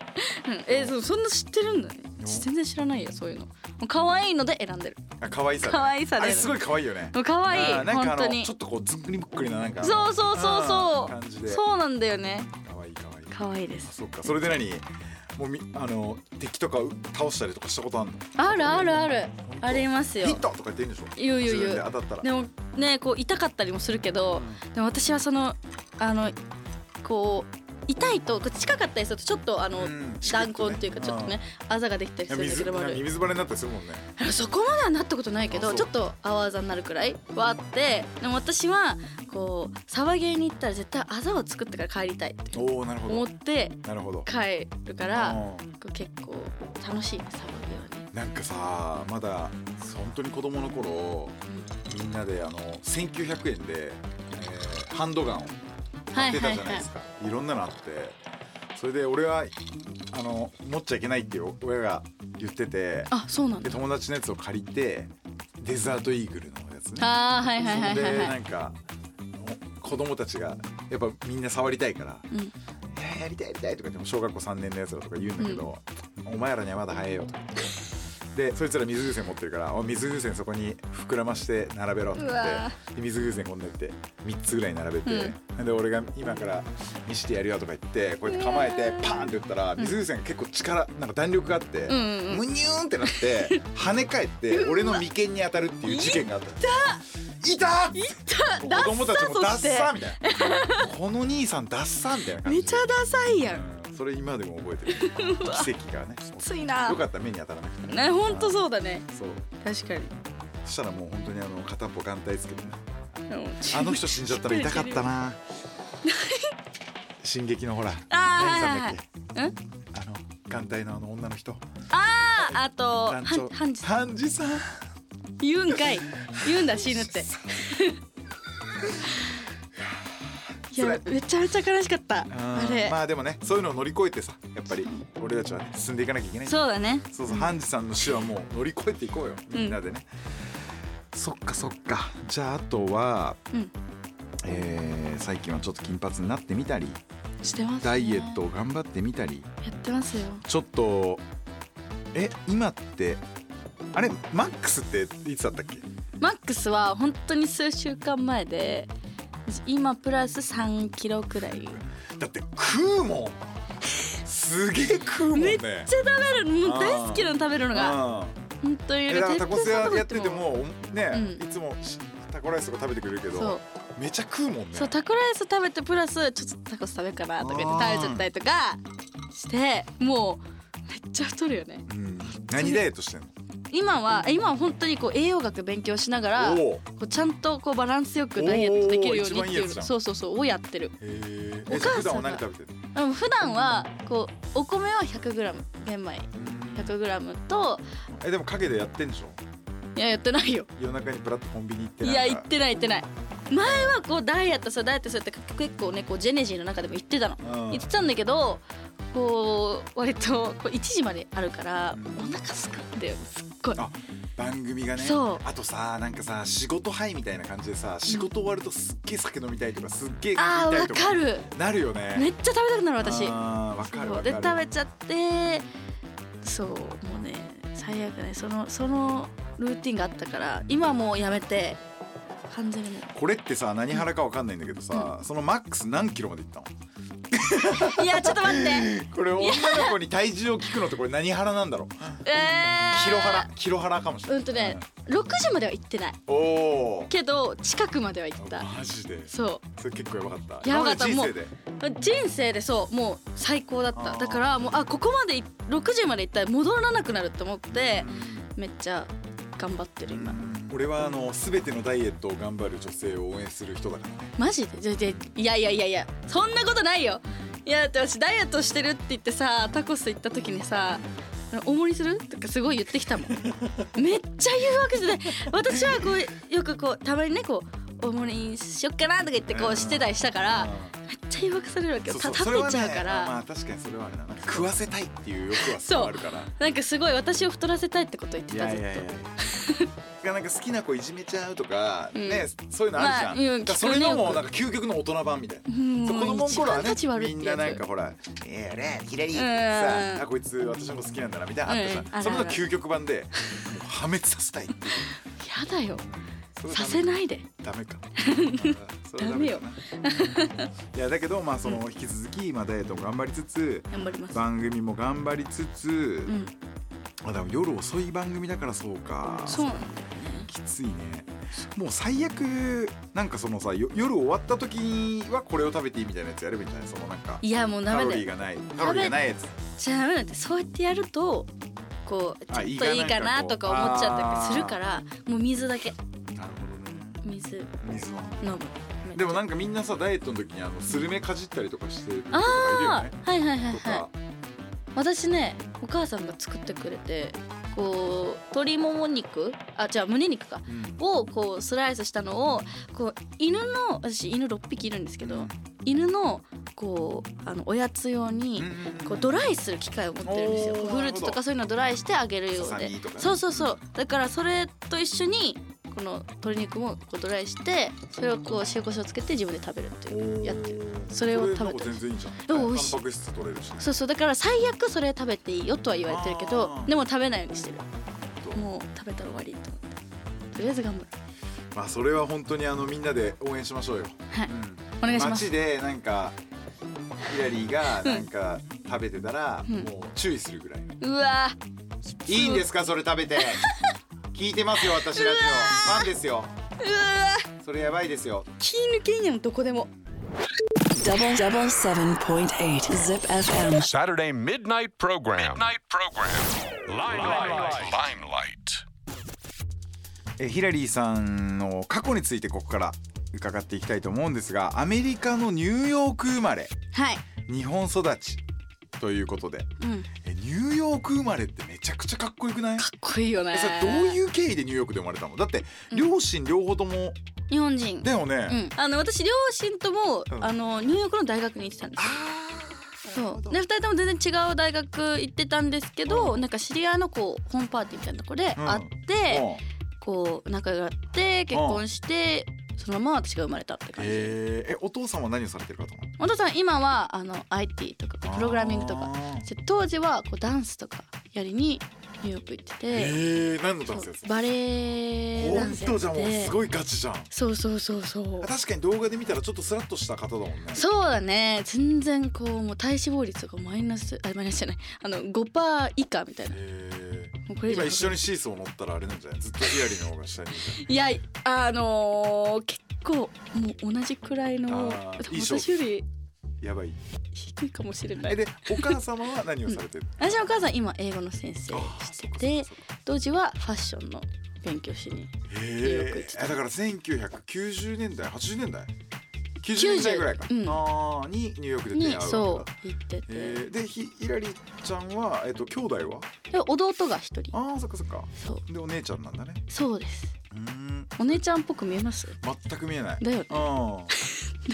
S4: うんえー、そうそんな知ってるんだね私全然知らないよそういうのもう可愛いので選んでる
S3: あ可愛さ、ね、
S4: 可愛さで
S3: あれすごい可愛いよね
S4: もう可愛い
S3: あーなんか
S4: 本
S3: あ
S4: 当
S3: の
S4: に
S3: ちょっとこうずんぐりむっくりななんか
S4: そうそうそう
S3: あー感じ
S4: そう
S3: で
S4: そうなんだよね
S3: 可愛い可愛い
S4: 可愛いで
S3: あ
S4: す
S3: そっかそれで何もうみあの敵とかう倒したりとかしたことあるの
S4: あるあるある
S3: 本当
S4: ありますよ
S3: ヒットとか言ってんでしょ
S4: 言う言う言う
S3: 自分で当たったら
S4: でもねこう痛かったりもするけど、でも私はそのあのこう痛いとこう近かったりするとちょっとあの、
S3: うん
S4: 断交っていうか
S3: チ
S4: ちょ
S3: クッ
S4: っ
S3: と
S4: と
S3: ね
S4: ねあざができたりす
S3: いや
S4: るんだけ
S3: 水
S4: どもあ
S3: なんか
S4: る
S3: 水バレになったりするもんね
S4: そこまではなったことないけ
S3: あ
S4: ど
S3: そう
S4: ちょっとあわあざになるくらいはあってでも私はこうサバゲーに行ったら絶対あざを作ってから帰りたいって
S3: おおなるほ
S4: 思
S3: ど
S4: って
S3: なるほど
S4: 帰るからこ
S3: うん
S4: う結構楽しいねサバゲーはね。
S3: なんかさまだ本当に子供の頃みんなであの1900円で、えーハンドガンを
S4: は
S3: 買
S4: い
S3: って
S4: はい
S3: たじゃ
S4: は
S3: ない
S4: い
S3: ですか、いろんなのあってそれで俺はあの持っちゃいけないっていう親が言ってて
S4: あそうなん
S3: で
S4: だ
S3: 友達のやつを借りてデザートイーグルのやつね
S4: あーはいはいはい
S3: そ
S4: は
S3: れ
S4: い
S3: で
S4: は
S3: ないんかお子供たちがやっぱみんな触りたいから「
S4: うん
S3: えーやりたいやりたい」とか言っても小学校3年のやつらとか言うんだけど「お前らにはまだ早いよ」とか言ってでそいつら水風船持ってるからお「水風船そこに膨らまして並べろ」とか
S4: う
S3: 言
S4: わ
S3: ってで水風船こんなやって3つぐらい並べて、で俺が「今から見してやるよ」とか言ってこうやって構えてパーンって打ったら水風船が結構力なんか弾力があって、
S4: んうんうん
S3: むにゅーんってなって跳ね返って俺の眉間に当たるっていう事件があった。いたっ
S4: たダッサ
S3: 子供たちもダッ
S4: そして
S3: サみたいなこの兄さんダッサみたいな感じ
S4: めちゃダサいやん
S3: うんそれ今でも覚えてる奇跡がね
S4: ついな
S3: よかった目に当たらなくて
S4: ね本当そうだね
S3: そう
S4: 確かに
S3: そしたらもう本当にあの片っぽ眼帯
S4: [laughs]
S3: つけてね
S4: あ
S3: あの人死んじゃったの痛かったな進撃のほら何さんだ
S4: あ
S3: っ
S4: ーはいはいはいん
S3: けあの眼帯のあの女の人
S4: あーあとは
S3: 団長
S4: ハンジさん
S3: ハンジさん
S4: 言うんかい言うんだ死ぬって [laughs] いや
S3: 辛い
S4: めちゃめちゃ悲しかったあれ、
S3: まあでもねそういうのを乗り越えてさやっぱり俺たちはね、進んでいかなきゃいけない
S4: そうだね
S3: そうそうハンジさんの死はもう乗り越えていこうよみんなでね、そっかそっかじゃああとは、
S4: うん
S3: えー最近はちょっと金髪になってみたり
S4: してます、ね、
S3: ダイエットを頑張ってみたり
S4: やってますよ
S3: ちょっとえ今ってあれマックスっていつだったっけ
S4: マックスは本当に数週間前で今プラス3キロくらい
S3: だって食うもんすげえ食うもんね
S4: めっちゃ食べるもう大好きなの食べるのが
S3: うん
S4: 本当に
S3: えだから
S4: 絶
S3: タコ
S4: 対
S3: ス
S4: そ
S3: 屋
S4: うだ
S3: やっててもね、
S4: うん
S3: いつもしタコライスとか食べてくれるけ
S4: そう
S3: どめちゃ食うもんね
S4: そうタコライス食べてプラスちょっとタコス食べるかなとか言って食べちゃったりとかしてもうめっちゃ太るよね
S3: うん、何ダイエットしてんの
S4: 今は今は本当にこう栄養学勉強しながらこ
S3: おお
S4: うちゃんとこうバランスよくダイエットできるようにって
S3: おー一番いい
S4: い
S3: や
S4: う
S3: つじゃん
S4: そうそうそうをやってる
S3: へ
S4: お
S3: え
S4: 母さんが
S3: 普段は何食べてる
S4: でも普段はこうお米は 100g 玄米 100g と
S3: えでも陰でやってんでしょ
S4: いややってないよ
S3: 夜中にプラッとコンビニ行って
S4: い
S3: なん
S4: や
S3: か
S4: 行ってない行ってない前はこうダイエットさダイエットさって結構ねこうジェネジーの中でも言ってたの
S3: うん
S4: 言ってたんだけどこう割とこう1時まであるから
S3: うん
S4: お腹すくんだよすっごい
S3: あ番組がね
S4: そう
S3: あとさなんかさ仕事範囲みたいな感じでさ仕事終わるとすっげえ酒飲みたいとかすっげえ食い
S4: あー
S3: たい
S4: わ
S3: と
S4: か
S3: か
S4: る
S3: なるよね
S4: めっちゃ食べたくなる私
S3: あーわかる
S4: そ
S3: わ
S4: うで
S3: か
S4: 食
S3: る
S4: べちゃってそうもうね最悪ねそのそのルーティンがあったから今もうやめて完全にも
S3: これってさ何腹かわかんないんだけどさ、そのマックス何キロまでいった
S4: [laughs]
S3: の
S4: ういやちょっと待ってえ
S3: これ女の子に体重を聞くのってこれ何腹なんだろう
S4: ー
S3: キロ腹キロ腹かもしれない
S4: うんとね6時までは行ってない
S3: おお
S4: けど近くまでは行った
S3: マジで
S4: そ
S3: それ結構やばかった
S4: やばかった
S3: 今まで人生で
S4: う人生でそうもう最高だっ
S3: あ
S4: た
S3: ー
S4: だからもうあここまでい6時まで行ったら戻らなくなると思ってめっちゃ頑張ってる今
S3: 俺はあの全てのダイエットを頑張る女性を応援する人だからね
S4: マジでじゃじゃいやいやいやいやそんなことないよいやだって私ダイエットしてるって言ってさタコス行った時にさ「大盛りする?」とかすごい言ってき
S3: [laughs]
S4: たもんめっちゃ言うわけじゃない私はこうよくこうたまにねこう大盛りにしよっかなとか言ってこうしてたりしたからめっちゃ誘惑されるわけよた食べちゃうか
S3: それはねま
S4: ら
S3: あ確かにそれはあれだな食わせたいっていう欲はすごいあるから
S4: なんかすごい私を太らせたいってこと言って
S3: い
S4: た
S3: や
S4: ず
S3: いや
S4: っ
S3: い
S4: と
S3: や。いやなんか好きな子いじめちゃうとか、
S4: うん
S3: ねそういうのあるじゃん、
S4: まあうん
S3: だからそれのもうなんか究極の大人版みたいな、
S4: ん
S3: そう子供の頃は
S4: 一番
S3: ね
S4: 立ち悪いってやつ
S3: みんななんかほら「えー、あれ左
S4: ん
S3: さああこいつ私のこと好きなんだな」みたいなのあったじゃん、
S4: うんあるある
S3: それの究極版でもう破滅させたいっていう
S4: やだよ
S3: それはダ
S4: させ
S3: メ
S4: ないで
S3: ダ
S4: [laughs]
S3: メかそれは
S4: ダメよ
S3: ダメかないやだけどまあその引き続き、まあ、ダイエットも頑張りつつ
S4: 頑張ります
S3: 番組も頑張りつつ、
S4: うん
S3: まあでも夜遅い番組だからそうか
S4: そうなんだよ
S3: きついねもう最悪なんかそのさよ夜終わった時はこれを食べていいみたいなやつやればいいんじゃないそのなんか
S4: いやもう
S3: カ
S4: ダメ
S3: ロ
S4: だ
S3: リー
S4: よ
S3: がないカロリーがないやつ
S4: じゃあダメだってそうやってやるとこうちょっ
S3: あ
S4: と
S3: 胃
S4: い
S3: が
S4: いか
S3: な
S4: なん
S3: かことう
S4: か思っちゃったりするからもう水だけ
S3: なるほどね
S4: 水飲
S3: 水飲む
S4: む
S3: でもなんんかみんなさダイエットの時にあのスルメかじったりとかしてる人とかいるよ
S4: あ
S3: ね
S4: あはいはいはい
S3: と
S4: はい
S3: か
S4: 私ねお母さんが作ってくれてこう鶏もも肉あじゃあ胸肉か
S3: うん
S4: をこうスライスしたのをこう犬の私犬6匹いるんですけど犬のこうあのおやつ用に
S3: うんうんうん
S4: こうドライする機械を持ってるんですよ
S3: おー
S4: こうフルーツとかそういうのをドライしてあげるよう
S3: サ
S4: で
S3: ニーとかね
S4: そうそうそうだからそれと一緒にこの鶏肉もこうドライしてそれをこう塩コショウつけて自分で食べるっていうやってるそれを食べた
S3: それなんか全然いいじ
S4: で
S3: ゃん
S4: も美
S3: タ
S4: 味しい
S3: ンパク質取れるしね
S4: そうそうだから最悪それ食べていいよとは言われてるけど
S3: あー
S4: でも食べないようにしてる
S3: どう
S4: もう食べたら終わりと思ってとりあえず頑張る
S3: まあそれは本当にあのみんなで応援しましょうよ、
S4: はい
S3: うん
S4: お願いします
S3: 街でなんかヒラリーがなんか食べてたら
S4: うん
S3: もう注意するぐらい、
S4: うわー
S3: いいんですかそれ食べて聞いてますよ私ラジオファンですよ
S4: うわー
S3: それやばいですよ
S4: 気抜けんやんどこでも
S1: Double double seven point eight Zip FM.
S2: Saturday midnight program. Midnight program. Limelight. Limelight.
S3: えヒラリーさんの過去についてここから伺っていきたいと思うんですがアメリカのニューヨーク生まれ
S4: はい
S3: 日本育ちということで
S4: うんか
S3: えニューヨーク生まれってめちゃくちゃかっこよくない
S4: っこいいよね
S3: えそれどういう経緯でニューヨークで生まれたのだって両親両方とも
S4: 日本人
S3: だよね、
S4: うん、あの私両親とも、
S3: うん
S4: あのニューヨークの大学に行ってたんですよ。そうで2人とも全然違う大学行ってたんですけどなんか知り合いのこうホームパーティーみたいなとこで
S3: うん
S4: 会って、
S3: うん
S4: こう仲良くなって結婚して、そのまま私が生まれたって感じ、
S3: えー、えお父さんは何をされてる方な
S4: お父さん今はあの IT とかこう
S3: の
S4: プログラミングとか
S3: あー
S4: で当時はこうダンスとかやりにニューヨーク行ってて、
S3: えー、何の
S4: そ
S3: ダン
S4: う
S3: スですか
S4: バレエダン
S3: 本
S4: スや
S3: 当
S4: っ
S3: じゃ
S4: て
S3: んもう
S4: て
S3: すごいガチじゃん
S4: そうそうそうそう
S3: 確かに動画で見たらちょっとスラッとした方だもんね
S4: そうだね全然こうもう体脂肪率がマイナスあマイナスじゃないあの5%以下みたいなも
S3: え
S4: うこ
S3: ー、
S4: れ以上
S3: 今一緒にシーソー乗ったらあれなんじゃないずっとヒラリーの方が下に
S4: いやあのー結構もう同じくらいの
S3: あーいい勝負
S4: 私より
S3: やばい
S4: 低いかもしれな
S3: え
S4: い
S3: でお母様は何をされてる
S4: 私のお母さん今英語の先生
S3: あ
S4: してて当時はファッションの勉強しにーク行
S3: え
S4: って
S3: ー、
S4: た
S3: あだから1990年代80年代90年代ぐらいか、
S4: うん
S3: あーにニューヨークで出会う
S4: に
S3: わけだ
S4: そう行ってて、
S3: えー、でひヒラリーちゃんは、えっと兄弟は
S4: で弟が一人
S3: あーそっかそっか
S4: そう
S3: でお姉ちゃんなんだね
S4: そうです
S3: うーん
S4: お姉ちゃんっぽく見えます
S3: 全く見えない
S4: だよね
S3: うん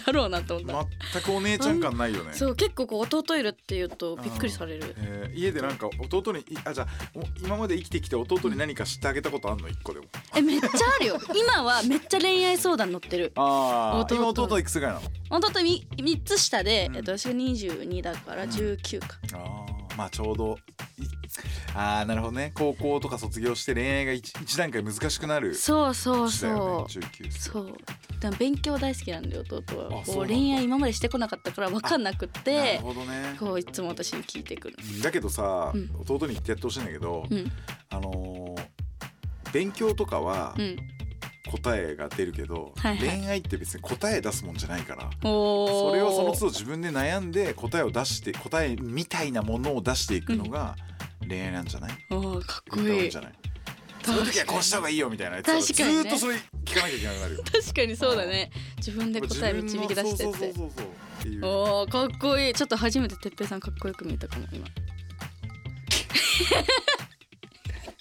S4: だろうなと思った
S3: 全くお姉ちゃん感ないよね
S4: そう結構こう弟いるって言うとびっくりされる
S3: えー家でなんか弟にいあじゃあお今まで生きてきて弟に何かしてあげたことあんの一個でも
S4: えめっちゃあるよ [laughs] 今はめっちゃ恋愛相談乗ってる
S3: あ
S4: 弟
S3: 今弟いくつぐらいなの
S4: 弟み三つ下で、
S3: うん
S4: えっと私が二十二だから十九か、
S3: あーまあちょうどいあーなるほどね高校とか卒業して恋愛が一一段階難しくなる
S4: そうそう
S3: 時代よ
S4: そ
S3: ね
S4: う、
S3: 19歳
S4: そうでも勉強大好きなんで弟は
S3: あそう
S4: こ
S3: な
S4: うん
S3: だ
S4: 恋愛今までしてこなかったから分かんなく
S3: なる
S4: て
S3: ほどね
S4: こういつも私に聞いてくる
S3: うんだけどさ、
S4: うん
S3: 弟に言ってやってほしいんだけど、
S4: うん
S3: あのー勉強とかは
S4: うん
S3: 答えが出るけど、
S4: はいはい
S3: 恋愛って別に答え出すもんじゃないから
S4: おお
S3: [laughs] それをその都度自分で悩んで答えを出して答えみたいなものを出していくのが恋愛なんじゃない、
S4: おーかっこ
S3: 言った方がい
S4: い
S3: いん
S4: い
S3: じゃない
S4: 確
S3: その
S4: かに
S3: 時はこうした方がいいよみたいなやつを
S4: 確かにね
S3: ずーっとそれ聞かなきゃいけなくなるよ
S4: [laughs] 確かにそうだね自分で答え導き出してっ
S3: 自分
S4: て
S3: のそうそうそうそうっていう
S4: おーかっこいいちょっと初めててっぺいさんかっこよく見えたかも今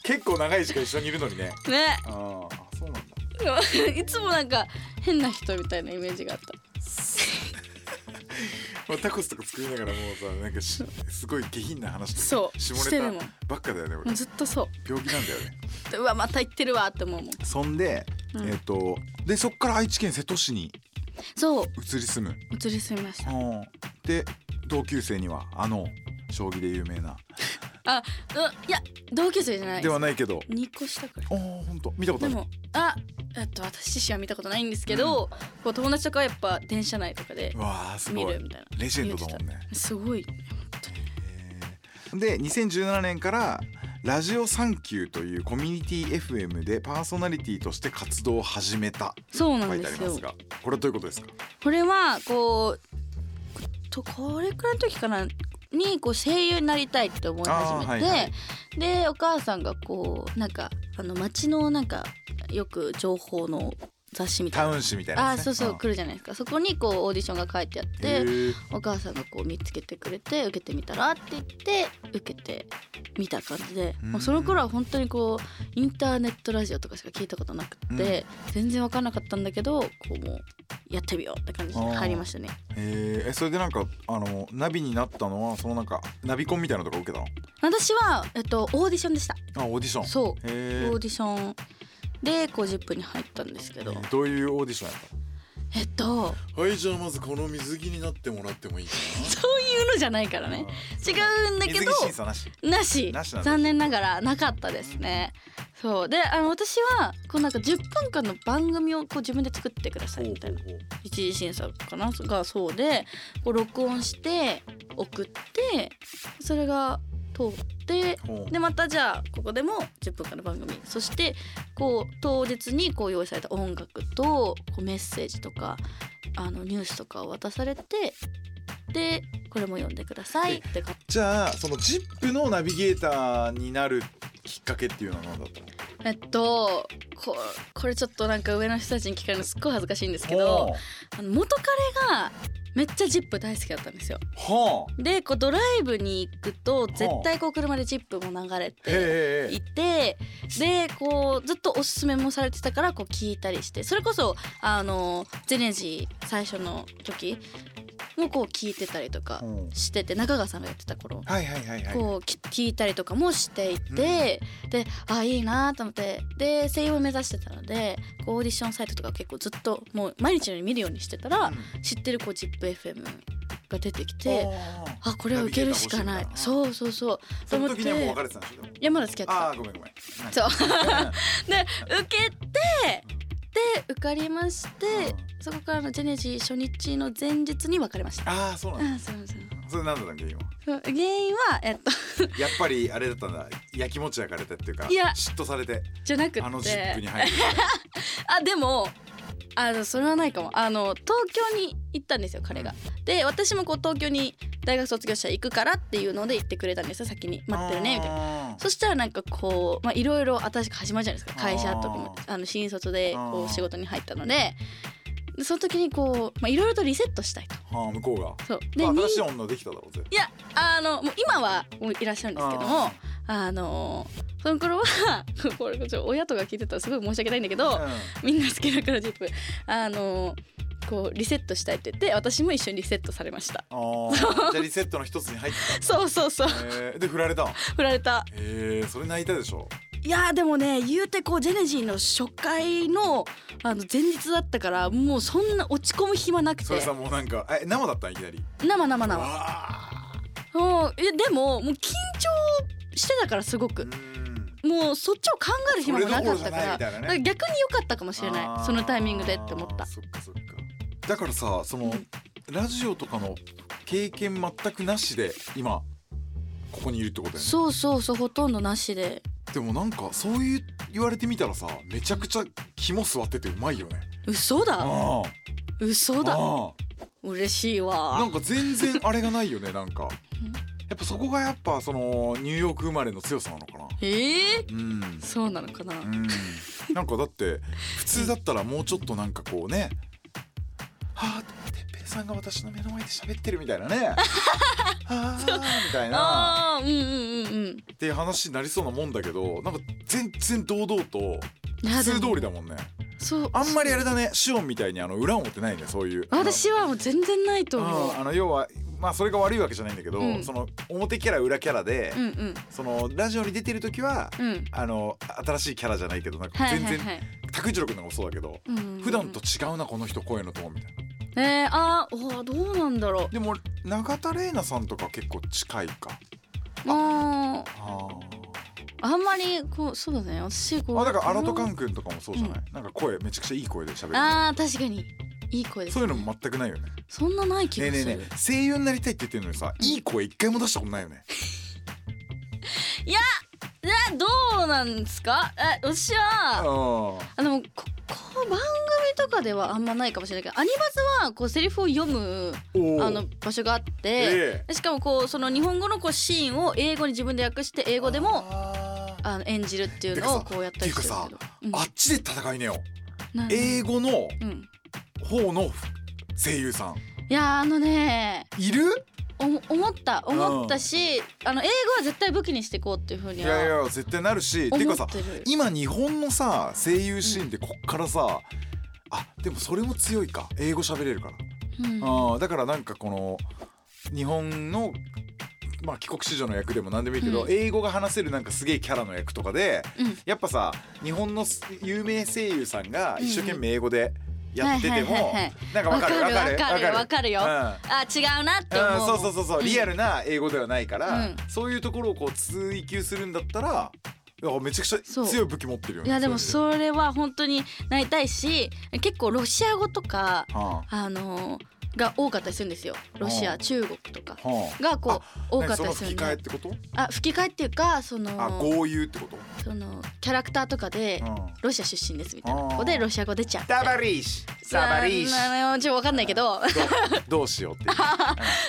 S3: 結構長い時間一緒にいるの
S4: [laughs]
S3: にね
S4: ね
S3: あーあそうなんだ
S4: いつもなんか変な人みたいなイメージがあった
S3: まあタコスとか作りながらもうさなんかしすごい下品な話とか
S4: そう
S3: 下
S4: してる
S3: ネ
S4: もん
S3: タばっかだよね
S4: も
S3: 俺
S4: うずっとそ
S3: 病気なんだよね
S4: ううわまた行ってるわって思うもん
S3: そんで、
S4: うん
S3: えっ、とでそっから愛知県瀬戸市に
S4: そう
S3: 移り住む
S4: 移り住みました
S3: うんで同級生にはあの将棋で有名な
S4: あういや同級生じゃない
S3: ではないけど
S4: 2個下くらい
S3: おお本当見たこと
S4: で
S3: ある
S4: もあえっと私自身は見たことないんですけど、こう友達とかはやっぱ電車内とかで
S3: うわあす
S4: 見
S3: ごい
S4: るみたいな
S3: レジェンドだもんね
S4: すごい
S3: へーで2017年からラジオサンキューというコミュニティ FM でパーソナリティとして活動を始めた
S4: そうな
S3: 書
S4: ん
S3: い
S4: で
S3: てあり
S4: す
S3: ま
S4: よ
S3: すがこれはどういうことですか
S4: これはこうことこれくらいの時かなにこう声優になりたいって思い始めて、
S3: あーはいはい
S4: でお母さんがこうなんかあの町のなんかよく情報の雑誌みたい
S3: タ
S4: な。
S3: ウン誌みたいな
S4: あー
S3: やつね
S4: そうそう来るじゃないですかそこにこうオーディションが書いてあっ
S3: んへ
S4: て
S3: ー
S4: お母さんがこう見つけてくれて受けてみたらって言って受けてみた感じで
S3: うん
S4: もうその頃は本当にこうインターネットラジオとかしか聞いたことなくて、全然分かんなかったんだけどこうもうやってみようって感じで入りましたね
S3: へーえそれでなんかあのナビになったのはそのなんかナビコンみたいなのとか受けたの
S4: 私は、えっと、オーディションでした
S3: あオーディション
S4: そう
S3: へー
S4: オーディションでこう ZIP に入ったんですけど
S3: どういうオーディションやっ
S4: えっと
S3: たはいじゃあまずこの水着になってもらってもいいか
S4: [laughs] そういうのじゃないからね違うんだけ
S3: 水
S4: ど
S3: 着審査なし
S4: なし
S3: なしなんだ
S4: 残念ながらなかったですねそうであの私はこうなんか10分間の番組をこう自分で作ってくださいみたいな一次審査かながそうでこう録音して送ってそれが通って
S3: ほうほうほう
S4: でまたじゃあここでも10分間の番組そしてこう当日にこう用意された音楽とこうメッセージとかあのニュースとかを渡されてでこれも読んでくださいってか
S3: じゃあその ZIP のナビゲーターになるきっかけっていうのは何だったの
S4: えっとここれちょっとなんか上の人たちに聞かれるのすっごい恥ずかしいんですけど
S3: ほ
S4: あの元彼がめっちゃジップ大好きだったんですよ
S3: うほう
S4: でこうドライブに行くと絶対こう車でジップも流れて
S3: へえ
S4: いてでこうずっとおすすめもされてたからこう聞いたりしてそれこそあのゼネジー最初の時もこう聞いてたりとか
S3: うん
S4: してて中川さんがやってた頃
S3: はいはいはいはい
S4: こうき聞いたりとかもしていて、であいいなと思ってで声優を目指してたのでこうオーディションサイトとか結構ずっともう毎日のように見るようにしてたら、知ってるこう ZIPFM が出てきて。
S3: あー
S4: あこれは受けるしかない
S3: ナビゲーター欲しいんだ
S4: そうそうそうと
S3: そ
S4: 思っ
S3: の時にはもう
S4: て
S3: 別れてたんでしょでも
S4: いやまだ付き合ってた
S3: ああごめんごめん
S4: そう
S3: はい
S4: で受けてで受かりまして、そこからのジェネジー初日の前日に別れました。あ
S3: [laughs] ああそうなんだ
S4: そうそう
S3: それなんだったんけ今
S4: そう原因はえっと [laughs]
S3: やっぱりあれだったんだやきもち焼かれてっていうか
S4: いや
S3: 嫉妬されて
S4: じゃなくて
S3: あのジップに入って
S4: あでもあのそれはないかもあの東京に行ったんですよ彼が。で私もこう東京に大学卒業したら行くからっていうので行ってくれたんですよ先に待ってるねみたいな。
S3: な
S4: そしたらなんかこうまあいろいろ新しく始まるじゃないですか会社とかもあの新卒でこ
S3: あー
S4: う仕事に入ったのででその時にこうまあいろいろとリセットしたいと。
S3: ああ向こうが
S4: そうで、
S3: まあ
S4: に
S3: 新しい女できただろうぜ
S4: いやあのもう今はもういらっしゃるんですけどもあのその頃は [laughs] これちょっと親とか聞いてたらすごい申し訳ないんだけどみんな好きだからジップあのこうリセットしたいって言って私も一緒にリセットされました
S3: ああじゃあリセットの一つに入って
S4: そうそうそう
S3: たへえで振られたへ
S4: 振られた
S3: えそれ泣いたでしょ
S4: いやーでもね言うてこうジェネジーの初回のあの前日だったからもうそんな落ち込む暇なく
S3: それ
S4: て
S3: さもうなんかえ生だったんいきなり
S4: 生生
S3: わ
S4: 生
S3: あ
S4: もういやでももう緊張してたからすご
S3: う
S4: く
S3: ん
S4: もうそっちを考える暇もなかったから
S3: それどころじゃないみたいなね
S4: だから逆に良かったかもしれ
S3: あ
S4: な
S3: ー
S4: いそのタイミングでって思った
S3: そっかそっかだからさその、ラジオとかの経験全くなしで今ここにいるってことやね
S4: そうそうそうほとんどなしで
S3: でもなんかそういう言われてみたらさめちゃくちゃ肝座っててうまいよね
S4: 嘘だ
S3: あ
S4: 嘘
S3: あ
S4: だ
S3: あ
S4: 嬉しい
S3: あなん
S4: わ
S3: か全然あれがないよねなんかやっぱそこがやっぱそのニューヨーク生まれの強さなのかな
S4: えー、
S3: うん
S4: そうなのかな
S3: うんなんかだって普通だったらもうちょっとなんかこうね「はあ」てっぺいさんが私の目の前で喋ってるみたい
S4: [laughs]
S3: なね「はあ」みたいな
S4: あーうんうんうんうん
S3: っていう話になりそうなもんだけどなんか全然堂々と
S4: い
S3: 普
S4: やでも
S3: 通通りだもんね
S4: そう
S3: あんまりあれだねシオンみたいにあの裏表ないねそういう。
S4: 私はもう全然ないと
S3: あ
S4: 思う
S3: のあの要はまあそれが悪いわけじゃないんだけど、
S4: うん
S3: その表キャラ裏キャラで、
S4: うんうん
S3: そのラジオに出てる時は、
S4: うん
S3: あの新しいキャラじゃないけどなんか
S4: はい
S3: 全
S4: はい
S3: 然
S4: はい
S3: 拓一郎君の方もそうだけど、
S4: うんうんうん
S3: 普段と違うなこの人声のトーンみたいな
S4: えー、あーおーどうなんだろう
S3: でも永田玲奈さんとか結構近いか
S4: あー
S3: あ
S4: あんまりこうそうだね私こう
S3: あだから荒戸寛君とかもそうじゃない、なんか声めちゃくちゃいい声で喋る
S4: あー確かにいい声です
S3: そういうのも全くないよねね
S4: そんなない気が
S3: え
S4: す
S3: ね
S4: る
S3: えねえ声優になりたいって言ってるのにさいい声一回も出したことないよね
S4: えどうなんですかえ私
S3: あ
S4: は
S3: ー
S4: あのここう番組とかではあんまないかもしれないけどアニバズはこうセリフを読む
S3: おー
S4: あの場所があって、
S3: え
S4: しかもこうその日本語のこうシーンを英語に自分で訳して英語でも
S3: あー
S4: あの演じるっていうのをこうやったりしてるけど
S3: ていうかさ、あっちで戦いねよ
S4: うんなん
S3: 英語の
S4: うん、
S3: 方の声優さん
S4: いやーあのね
S3: いる
S4: おも思った思ったし、あの英語は絶対武器にしていこうっていうふう
S3: い
S4: に
S3: やい
S4: は
S3: や絶対なるしっていう
S4: 思
S3: か
S4: っ
S3: さ
S4: てる
S3: 今日本のさ声優シーンってこっからさ、あでもそれも強いか英語喋れるから、
S4: うん
S3: あーだからなんかこの日本の、まあ、帰国子女の役でも何でもいいけど、
S4: うん
S3: 英語が話せるなんかすげえキャラの役とかで
S4: うん
S3: やっぱさ日本のす有名声優さんが一生懸命英語でやってて
S4: はいは
S3: も
S4: いはいはい
S3: なんかわかるわ
S4: わ
S3: か
S4: か
S3: る
S4: るわかるよ
S3: うん
S4: あ違うなって
S3: うん、
S4: 思う、
S3: そうそうそうそう、
S4: ん
S3: リアルな英語ではないから、
S4: うん
S3: そういうところをこう追求するんだったらいやめちゃくちゃ
S4: そう
S3: 強い武器持ってるよね
S4: いやでも
S3: う
S4: それは本当になりたいし結構ロシア語とか
S3: いう意味ではあ
S4: あのーが多かったりするんですよロシ
S3: は
S4: ア
S3: あ
S4: 中国とか
S3: は
S4: がこう多かったりす
S3: そ
S4: るん
S3: の吹き
S4: で
S3: 替えってこと
S4: あ吹き替えっていうかそ
S3: あ
S4: の
S3: 豪遊ってこと
S4: そのキャラクターとかで
S3: うん
S4: ロシア出身ですみたいな
S3: あー
S4: ここでロシア語出ちゃうみた
S3: ダ
S4: いな
S3: バリーシ
S4: さ
S3: ダ
S4: あ
S3: バリーシ
S4: あのちょっとわかんないけど
S3: [laughs] どどうしようっていう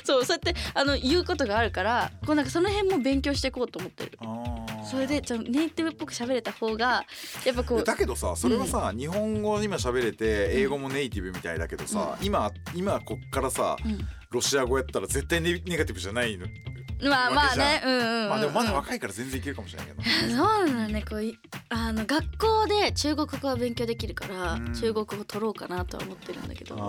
S4: そうそうやってあの言うことがあるからこうなんかその辺も勉強していこうと思ってる
S3: あー
S4: [laughs] それでちょっとネイティブっぽく喋れた方がやっぱこう
S3: だけどさそれはさ、日本語今喋れて英語もネイティブみたいだけどさ、今今こっからさ、
S4: ん
S3: ロシア語やったら絶対ネネガティブじゃないの、
S4: まあまあ
S3: わけ
S4: ねうんうん、うん、
S3: まあでもまだ若いから全然いけるかもしれないけど、
S4: そうなのねこういあの学校で中国語は勉強できるから、
S3: うん
S4: 中国語取ろうかなとは思ってるんだけどほ
S3: あ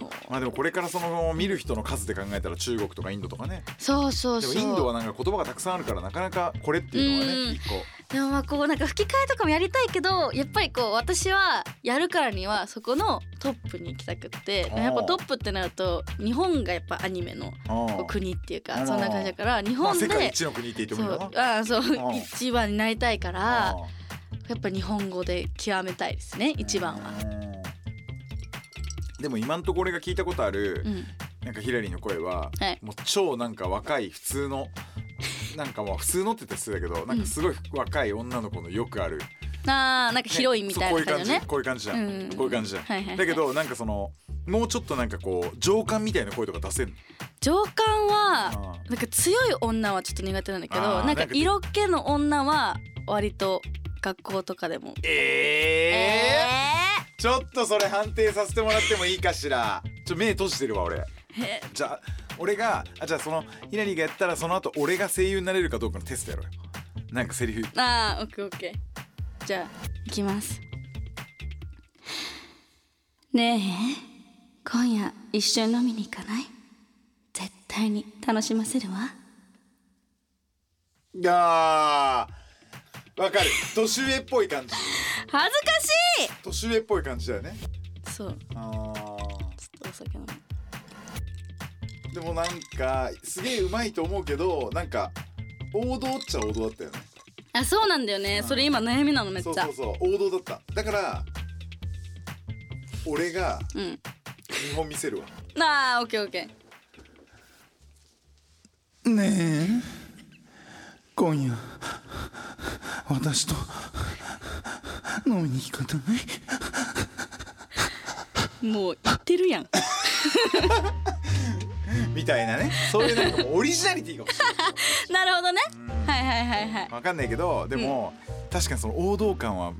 S4: う
S3: ーまあでもこれからその見る人の数で考えたら中国とかインドとかね
S4: そうそう
S3: で
S4: そ
S3: も
S4: う
S3: インドはなんか言葉がたくさんあるからなかなかこれっていうのは
S4: うん
S3: ね一個
S4: でもまあこうなんか吹き替えとかもやりたいけどやっぱりこう私はやるからにはそこのトップに行きたくって
S3: あー
S4: やっぱトップってなると日本がやっぱアニメの
S3: あ
S4: こう
S3: ー
S4: 国っていう
S3: あ
S4: か
S3: ー
S4: そんな感じだから日
S3: まあ
S4: 本
S3: 世界
S4: で
S3: 一の国って言って
S4: そ
S3: もいいうかな
S4: あーそう
S3: ー
S4: 一番になりたいから
S3: あー
S4: やっぱ日本語で極めたいですね一番は。
S3: うんでも今んとこ俺が聞いたことある、
S4: うん
S3: なんかヒラリーの声は、
S4: はい
S3: もう超なんか若い普通のなんかもう普通のって言ったら失礼だけどなんかすごい若い女の子のよくある、ね
S4: あーなんか広いみたいな感じだね。
S3: そうこういう感じこういう感じじゃん、
S4: うん
S3: こういう感じじゃん、
S4: はいはいはい
S3: だけどなんかそのもうちょっとなんかこう情感みたいな声とか出せんの
S4: 上官は
S3: あー
S4: なんか強い女はちょっと苦手なんだけど
S3: あー
S4: なん
S3: な
S4: か
S3: んか
S4: 色気の女は割と学校とかでも。
S3: ええーちょっとそれ判定させてもらってもいいかしらちょ目閉じてるわ俺
S4: え
S3: じゃあ俺があじゃあそのヒラリーがやったらその後俺が声優になれるかどうかのテストやろうよなんかセリフ
S4: ーあーオッケーオッケー。じゃあいきます。ねえ今夜一緒に飲みに行かない絶対に楽しませるわ。
S3: あーわかる [laughs] 年上っぽい感じ
S4: 恥ずかし
S3: 年上っぽい感じだよね
S4: いそうち
S3: あ
S4: ょっとお酒飲む。
S3: ーでもなんかすげえうまいと思うけどなんか王道っちゃ王道だったよね
S4: あそうなんだよねそれ今悩みなのめっち
S3: そ
S4: ゃ。
S3: うそうそう王道だっただから俺が
S4: うん。
S3: 見本見せるわ
S4: ああオッケーオッケー。
S6: ねえ今夜私と飲みに行かない
S4: もう言ってるや
S3: [laughs]
S4: ん。
S3: みたいなねそういうなんかもうオリジナリティが欲しい
S4: なるほどね。はいはいはいはい。
S3: わかんないけどでも、確かにその王道感は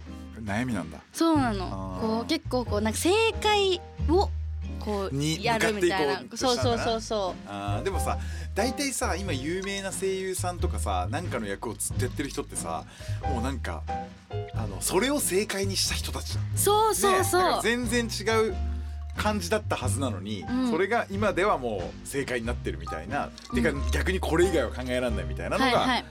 S3: 悩みなんだ
S4: そうな
S3: あ
S4: の。
S3: ー
S4: こう結構こうなんか正解をこう
S3: に
S4: やるみたい
S3: 向かってい
S4: な。
S3: こう
S4: そうそう
S3: としたんだ
S4: そ
S3: な
S4: うそ
S3: あーでもさ大体さ今有名な声優さんとかさなんかの役をずっとやってる人ってさもうなんかあのそれを正解にした人たちだ
S4: う。そうそう
S3: ねだか
S4: そ
S3: ら
S4: う。
S3: 全然違う感じだったはずなのに、
S4: ん
S3: それが今ではもう正解になってるみたいな、てか逆にこれ以外は考えられないみたいなのが、
S4: はいはい。
S3: っ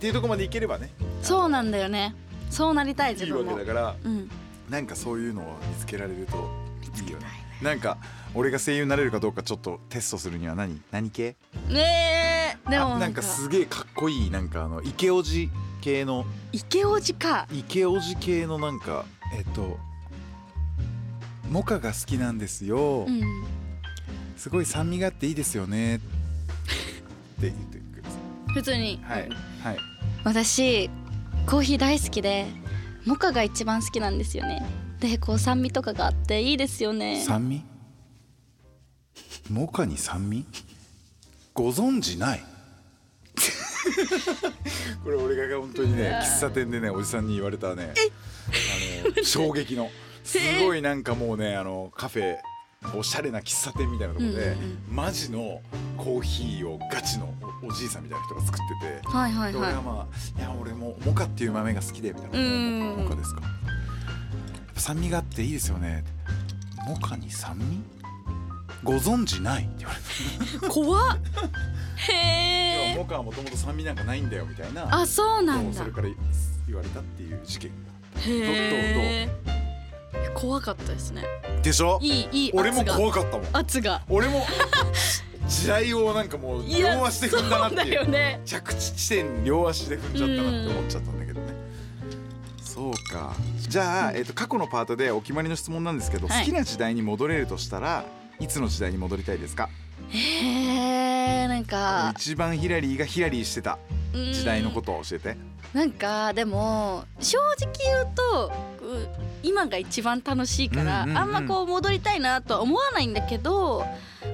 S3: ていうとこまでいければね
S4: そうなんだよね。そうなりたい
S3: い
S4: 自
S3: いわ
S4: 分
S3: け
S4: も
S3: だ。から
S4: うん。
S3: なんかそういうのを見つけられるといいよねなんか俺が声優になれるかどうかちょっとテストするには何何系
S4: ねえ。で
S3: あ
S4: も
S3: な
S4: なん
S3: んか
S4: か
S3: すげえかっこいいなんかあのイケオジ系の
S4: 池王子か。
S3: イケオジ系のなんかえっとモカが好きなんですよ、
S4: うん。
S3: すごい酸味があっていいですよねって言ってくださ
S4: 普通に。
S3: いはい、はい、
S4: 私コーヒー大好きでモカが一番好きなんですよね。でこう酸味とかがあっていいですよね。
S3: 酸味モカに酸味ご存知ない [laughs] これ俺が本当にね喫茶店でねおじさんに言われたね
S4: [laughs]
S3: あの衝撃のすごいなんかもうねあのカフェおしゃれな喫茶店みたいなところで、
S4: うんうん
S3: マジのコーヒーをガチのおおじいさんみたいな人が作ってて、
S4: はいはい
S3: で俺
S4: はい
S3: は。まあ「いや俺もモカっていう豆が好きで」みたいな
S4: うん
S3: モカですか」やっぱ酸味があっていいですよね」モカに酸味ご存知ない」って言われて
S4: 怖っへ
S3: いや
S4: え
S3: モカはもともと酸味なんかないんだよ」みたいな
S4: あそうなんだ
S3: そうそれから言われたっていう事件
S4: へえ怖かったですね
S3: がでしょ
S4: いいいい
S3: 俺も
S4: 圧が
S3: 怖かったもん
S4: 圧が
S3: 俺
S4: [laughs]
S3: も地雷をなんかもう
S4: い
S3: 両
S4: や
S3: 足で踏んだなって
S4: そう
S3: い
S4: だよ
S3: う
S4: ね
S3: 着地地点両足で踏んじゃったなって思っちゃったんだけどね。そうかじゃあ、えっと過去のパートでお決まりの質問なんですけど、
S4: はい
S3: 好きな時代に戻れるとしたら
S5: いつの時代に戻りたいですか
S4: へえなんか
S5: 一番ヒラリーがヒラリーしてた時代のことを教えて
S4: うんなんかでも正直言うとう今が一番楽しいから、
S5: うんうんうん
S4: あんまこう戻りたいなとは思わないんだけど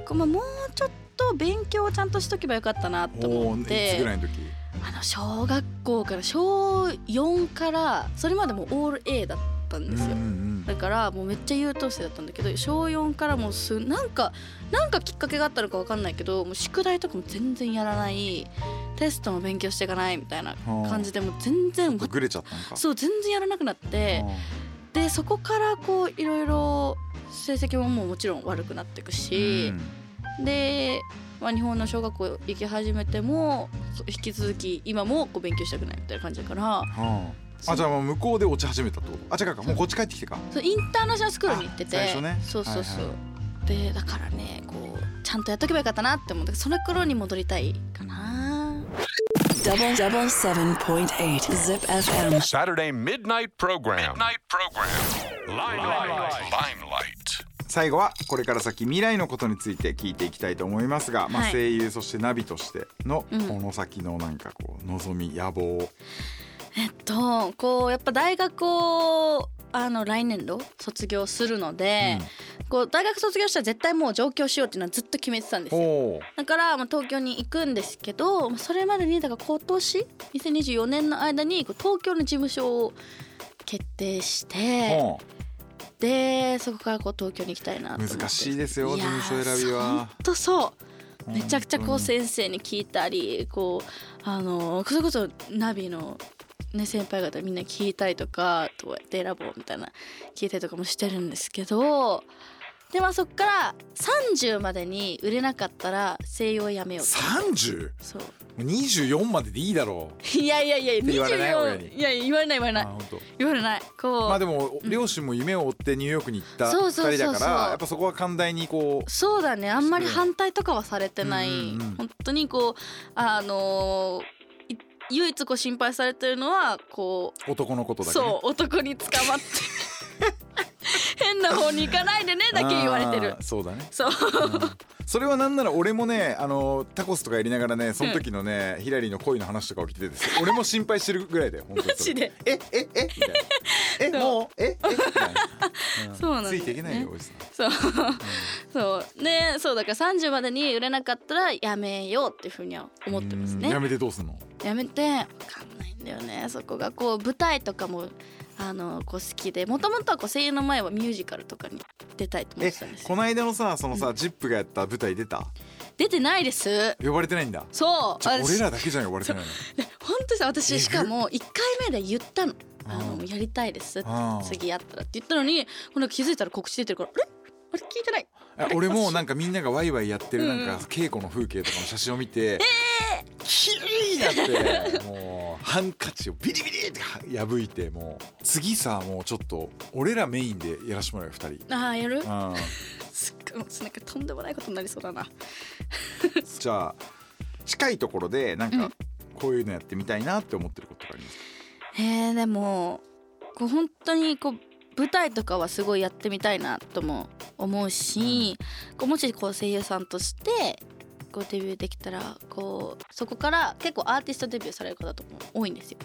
S4: こう、まあ、もうちょっと勉強をちゃんとしとけばよかったなと
S5: お
S4: 思っ
S5: ーいつぐら
S4: て
S5: いの時
S4: あの小学校から小4からそれまでもオール A だったんですよ。
S5: ん
S4: だからもうめっちゃ優等生だったんだけど小4からもうすなんかなんかきっかけがあったのかわかんないけどもう宿題とかも全然やらないテストも勉強していかないみたいな感じでもう全然
S5: うんグレちゃったのか
S4: そう全然やらなくなって
S5: あ
S4: でそこからこういろいろ成績ももうもちろん悪くなっていく
S5: ー
S4: し
S5: う、ん
S4: で、まあ、日本の小学校行き始めてもそう引き続き今もこう勉強したくないみたいな感じだから
S5: はああじゃあもう向こうで落ち始めたってことあ違うかもうこっち帰ってきてか
S4: そうインターナショナルスクールに行ってて
S5: あ最初ね
S4: そうそうそう、
S5: はい
S4: でだからねこうちゃんとやっとけばよかったなって思ってその頃に戻りたいかな
S1: Double double seven point eight zip FM.
S2: Saturday midnight program. Midnight program. Limelight. Limelight.
S5: 最後はこれから先未来のことについて聞いていきたいと思いますが、まあ、
S4: はい
S5: 声優そしてナビとしての
S4: うん
S5: この先のなんかこう望み野望
S4: えっとこうやっぱ大学をあの来年度卒業するので、こう大学卒業したら絶対もう上京しようっていうのはずっと決めてたんですよ
S5: お
S4: だから、まあ、東京に行くんですけどまあそれまでにだから今年2024年の間にこう東京の事務所を決定して
S5: お
S4: でそこからこう東京に行きたいなと思って
S5: 難しいですよ事務所選び
S4: いやー
S5: は
S4: ほんとそうめちゃくちゃこう先生に聞いたりこうあのそれこそナビの、ね、先輩方みんな聞いたりとかどうやって選ぼうみたいな聞いたりとかもしてるんですけどでまあそっから30までに売れなかったら声優をやめようと
S3: 30?24
S4: そう
S3: まででいいだろう
S4: いやいやいや
S3: て言われない
S4: 24
S3: 親に
S4: いやいや言われない言われ
S3: あ
S4: ない
S3: 本当。
S4: 言われないこう、
S3: まあでも両親も夢を追ってニューヨークに行った
S4: そ
S3: 二
S4: うそうそうそう
S3: 人だからやっぱそこは寛大にこう
S4: そうだねあんまり反対とかはされてない、
S3: うんうんうん
S4: 本当にこうあのーい唯一こう心配されてるのはこう
S3: 男のことだけね
S4: そう男に捕まって [laughs] 変な方に行かないでねだけ言われてる
S3: [laughs] あーそうだね
S4: そう
S3: それはなんなら俺もねあのタコスとかやりながらねその時のね、ヒラリーの恋の話とかを聞いてて俺も心配してるぐらいだよ本当に
S4: マジ
S3: それ
S4: で
S3: えええみたいなえ
S4: そう
S3: もうええみたいな、
S4: そうなんだよね
S3: ついていけないよおじさん
S4: そう [laughs] そうねそうだから30までに売れなかったらやめようっていうふうには思ってます
S3: うん
S4: ね
S3: やめてどうすんの
S4: やめてわかんないんだよねそこがこう舞台とかもあのこう好きでもともとはこう声優の前はミュージカルとかに出たいと思っ
S5: え
S4: てたんですよ
S5: この間のさそのさ「ジップがやった舞台出た
S4: 出てないです
S3: 呼ばれてないんだ
S4: そう
S3: ちょ俺
S4: 私
S3: らだけじゃん呼ばれてないの
S4: 本当にさ私しかも1回目で言ったの
S3: あ
S4: あのやりたいですって
S3: ああ
S4: 次やったらって言ったのにこの気づいたら告知出てるからあれあれ聞いてない
S3: あ俺もなんかみんながワイワイやってるなんか稽古の風景とかの写真を見て「キリー!」ってもうハンカチをビリビリって破いてもう次さもうちょっと俺らメインでやらしてもらうよ2人。
S4: ああやる
S3: うん
S4: すっごいなんかとんでもないことになりそうだな
S5: じゃあ近いところでなん
S4: う
S5: か
S4: ん
S5: こういうのやってみたいなって思ってることがあります
S4: えー、でもこう本当にこう舞台とかはすごいやってみたいなとも思うし、こうもしこう声優さんとしてこうデビューできたらこうそこから結構アーティストデビューされる方とかも多いんですよ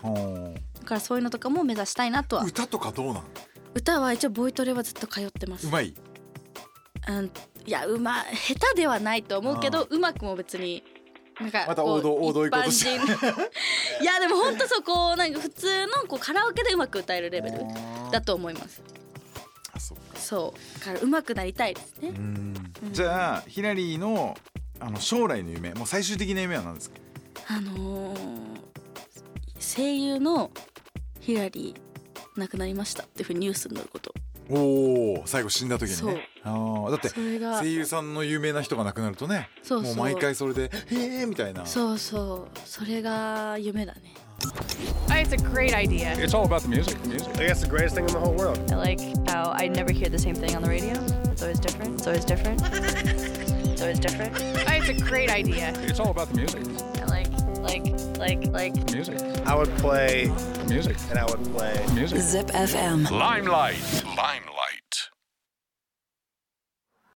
S4: だからそういうのとかも目指したいなとは
S3: 歌とかどうなん
S4: 歌は一応ボイトレはずっと通ってます
S3: うまい
S4: うん、いやうま下手ではないと思うけどうまくも別になんか
S3: また
S4: こう
S3: 王道王道行こうとして
S4: 一般人
S3: [laughs]
S4: いやでも本当そうこうなんか普通のこうカラオケでうまく歌えるレベルだと思います
S3: あそう
S4: そうだからうまくなりたいですね
S5: じゃあヒラリーのあの将来の夢もう最終的な夢は何ですか
S4: あのー、声優のヒラリー亡くなりましたっていうふうにニュースになること
S3: おお最後死んだ時に
S4: そう
S3: ねあーだって
S4: それが
S3: 声優さんの有名な人が亡くなるとね
S4: そうそう
S3: もう毎回それで「へえ」みたいな
S4: そうそうそれが夢だね
S7: Oh, It's a great idea.
S2: It's all about the music. Music.
S8: I guess the greatest thing in the whole world.
S7: I like how I never hear the same thing on the radio. It's always different. It's always different. It's always different. Oh, It's a great idea.
S2: It's all about the music.
S7: I like, like, like, like.
S2: Music.
S8: I would play,
S2: Music.
S8: and I would play.
S2: Music.
S1: Zip FM.
S2: Limelight. Limelight.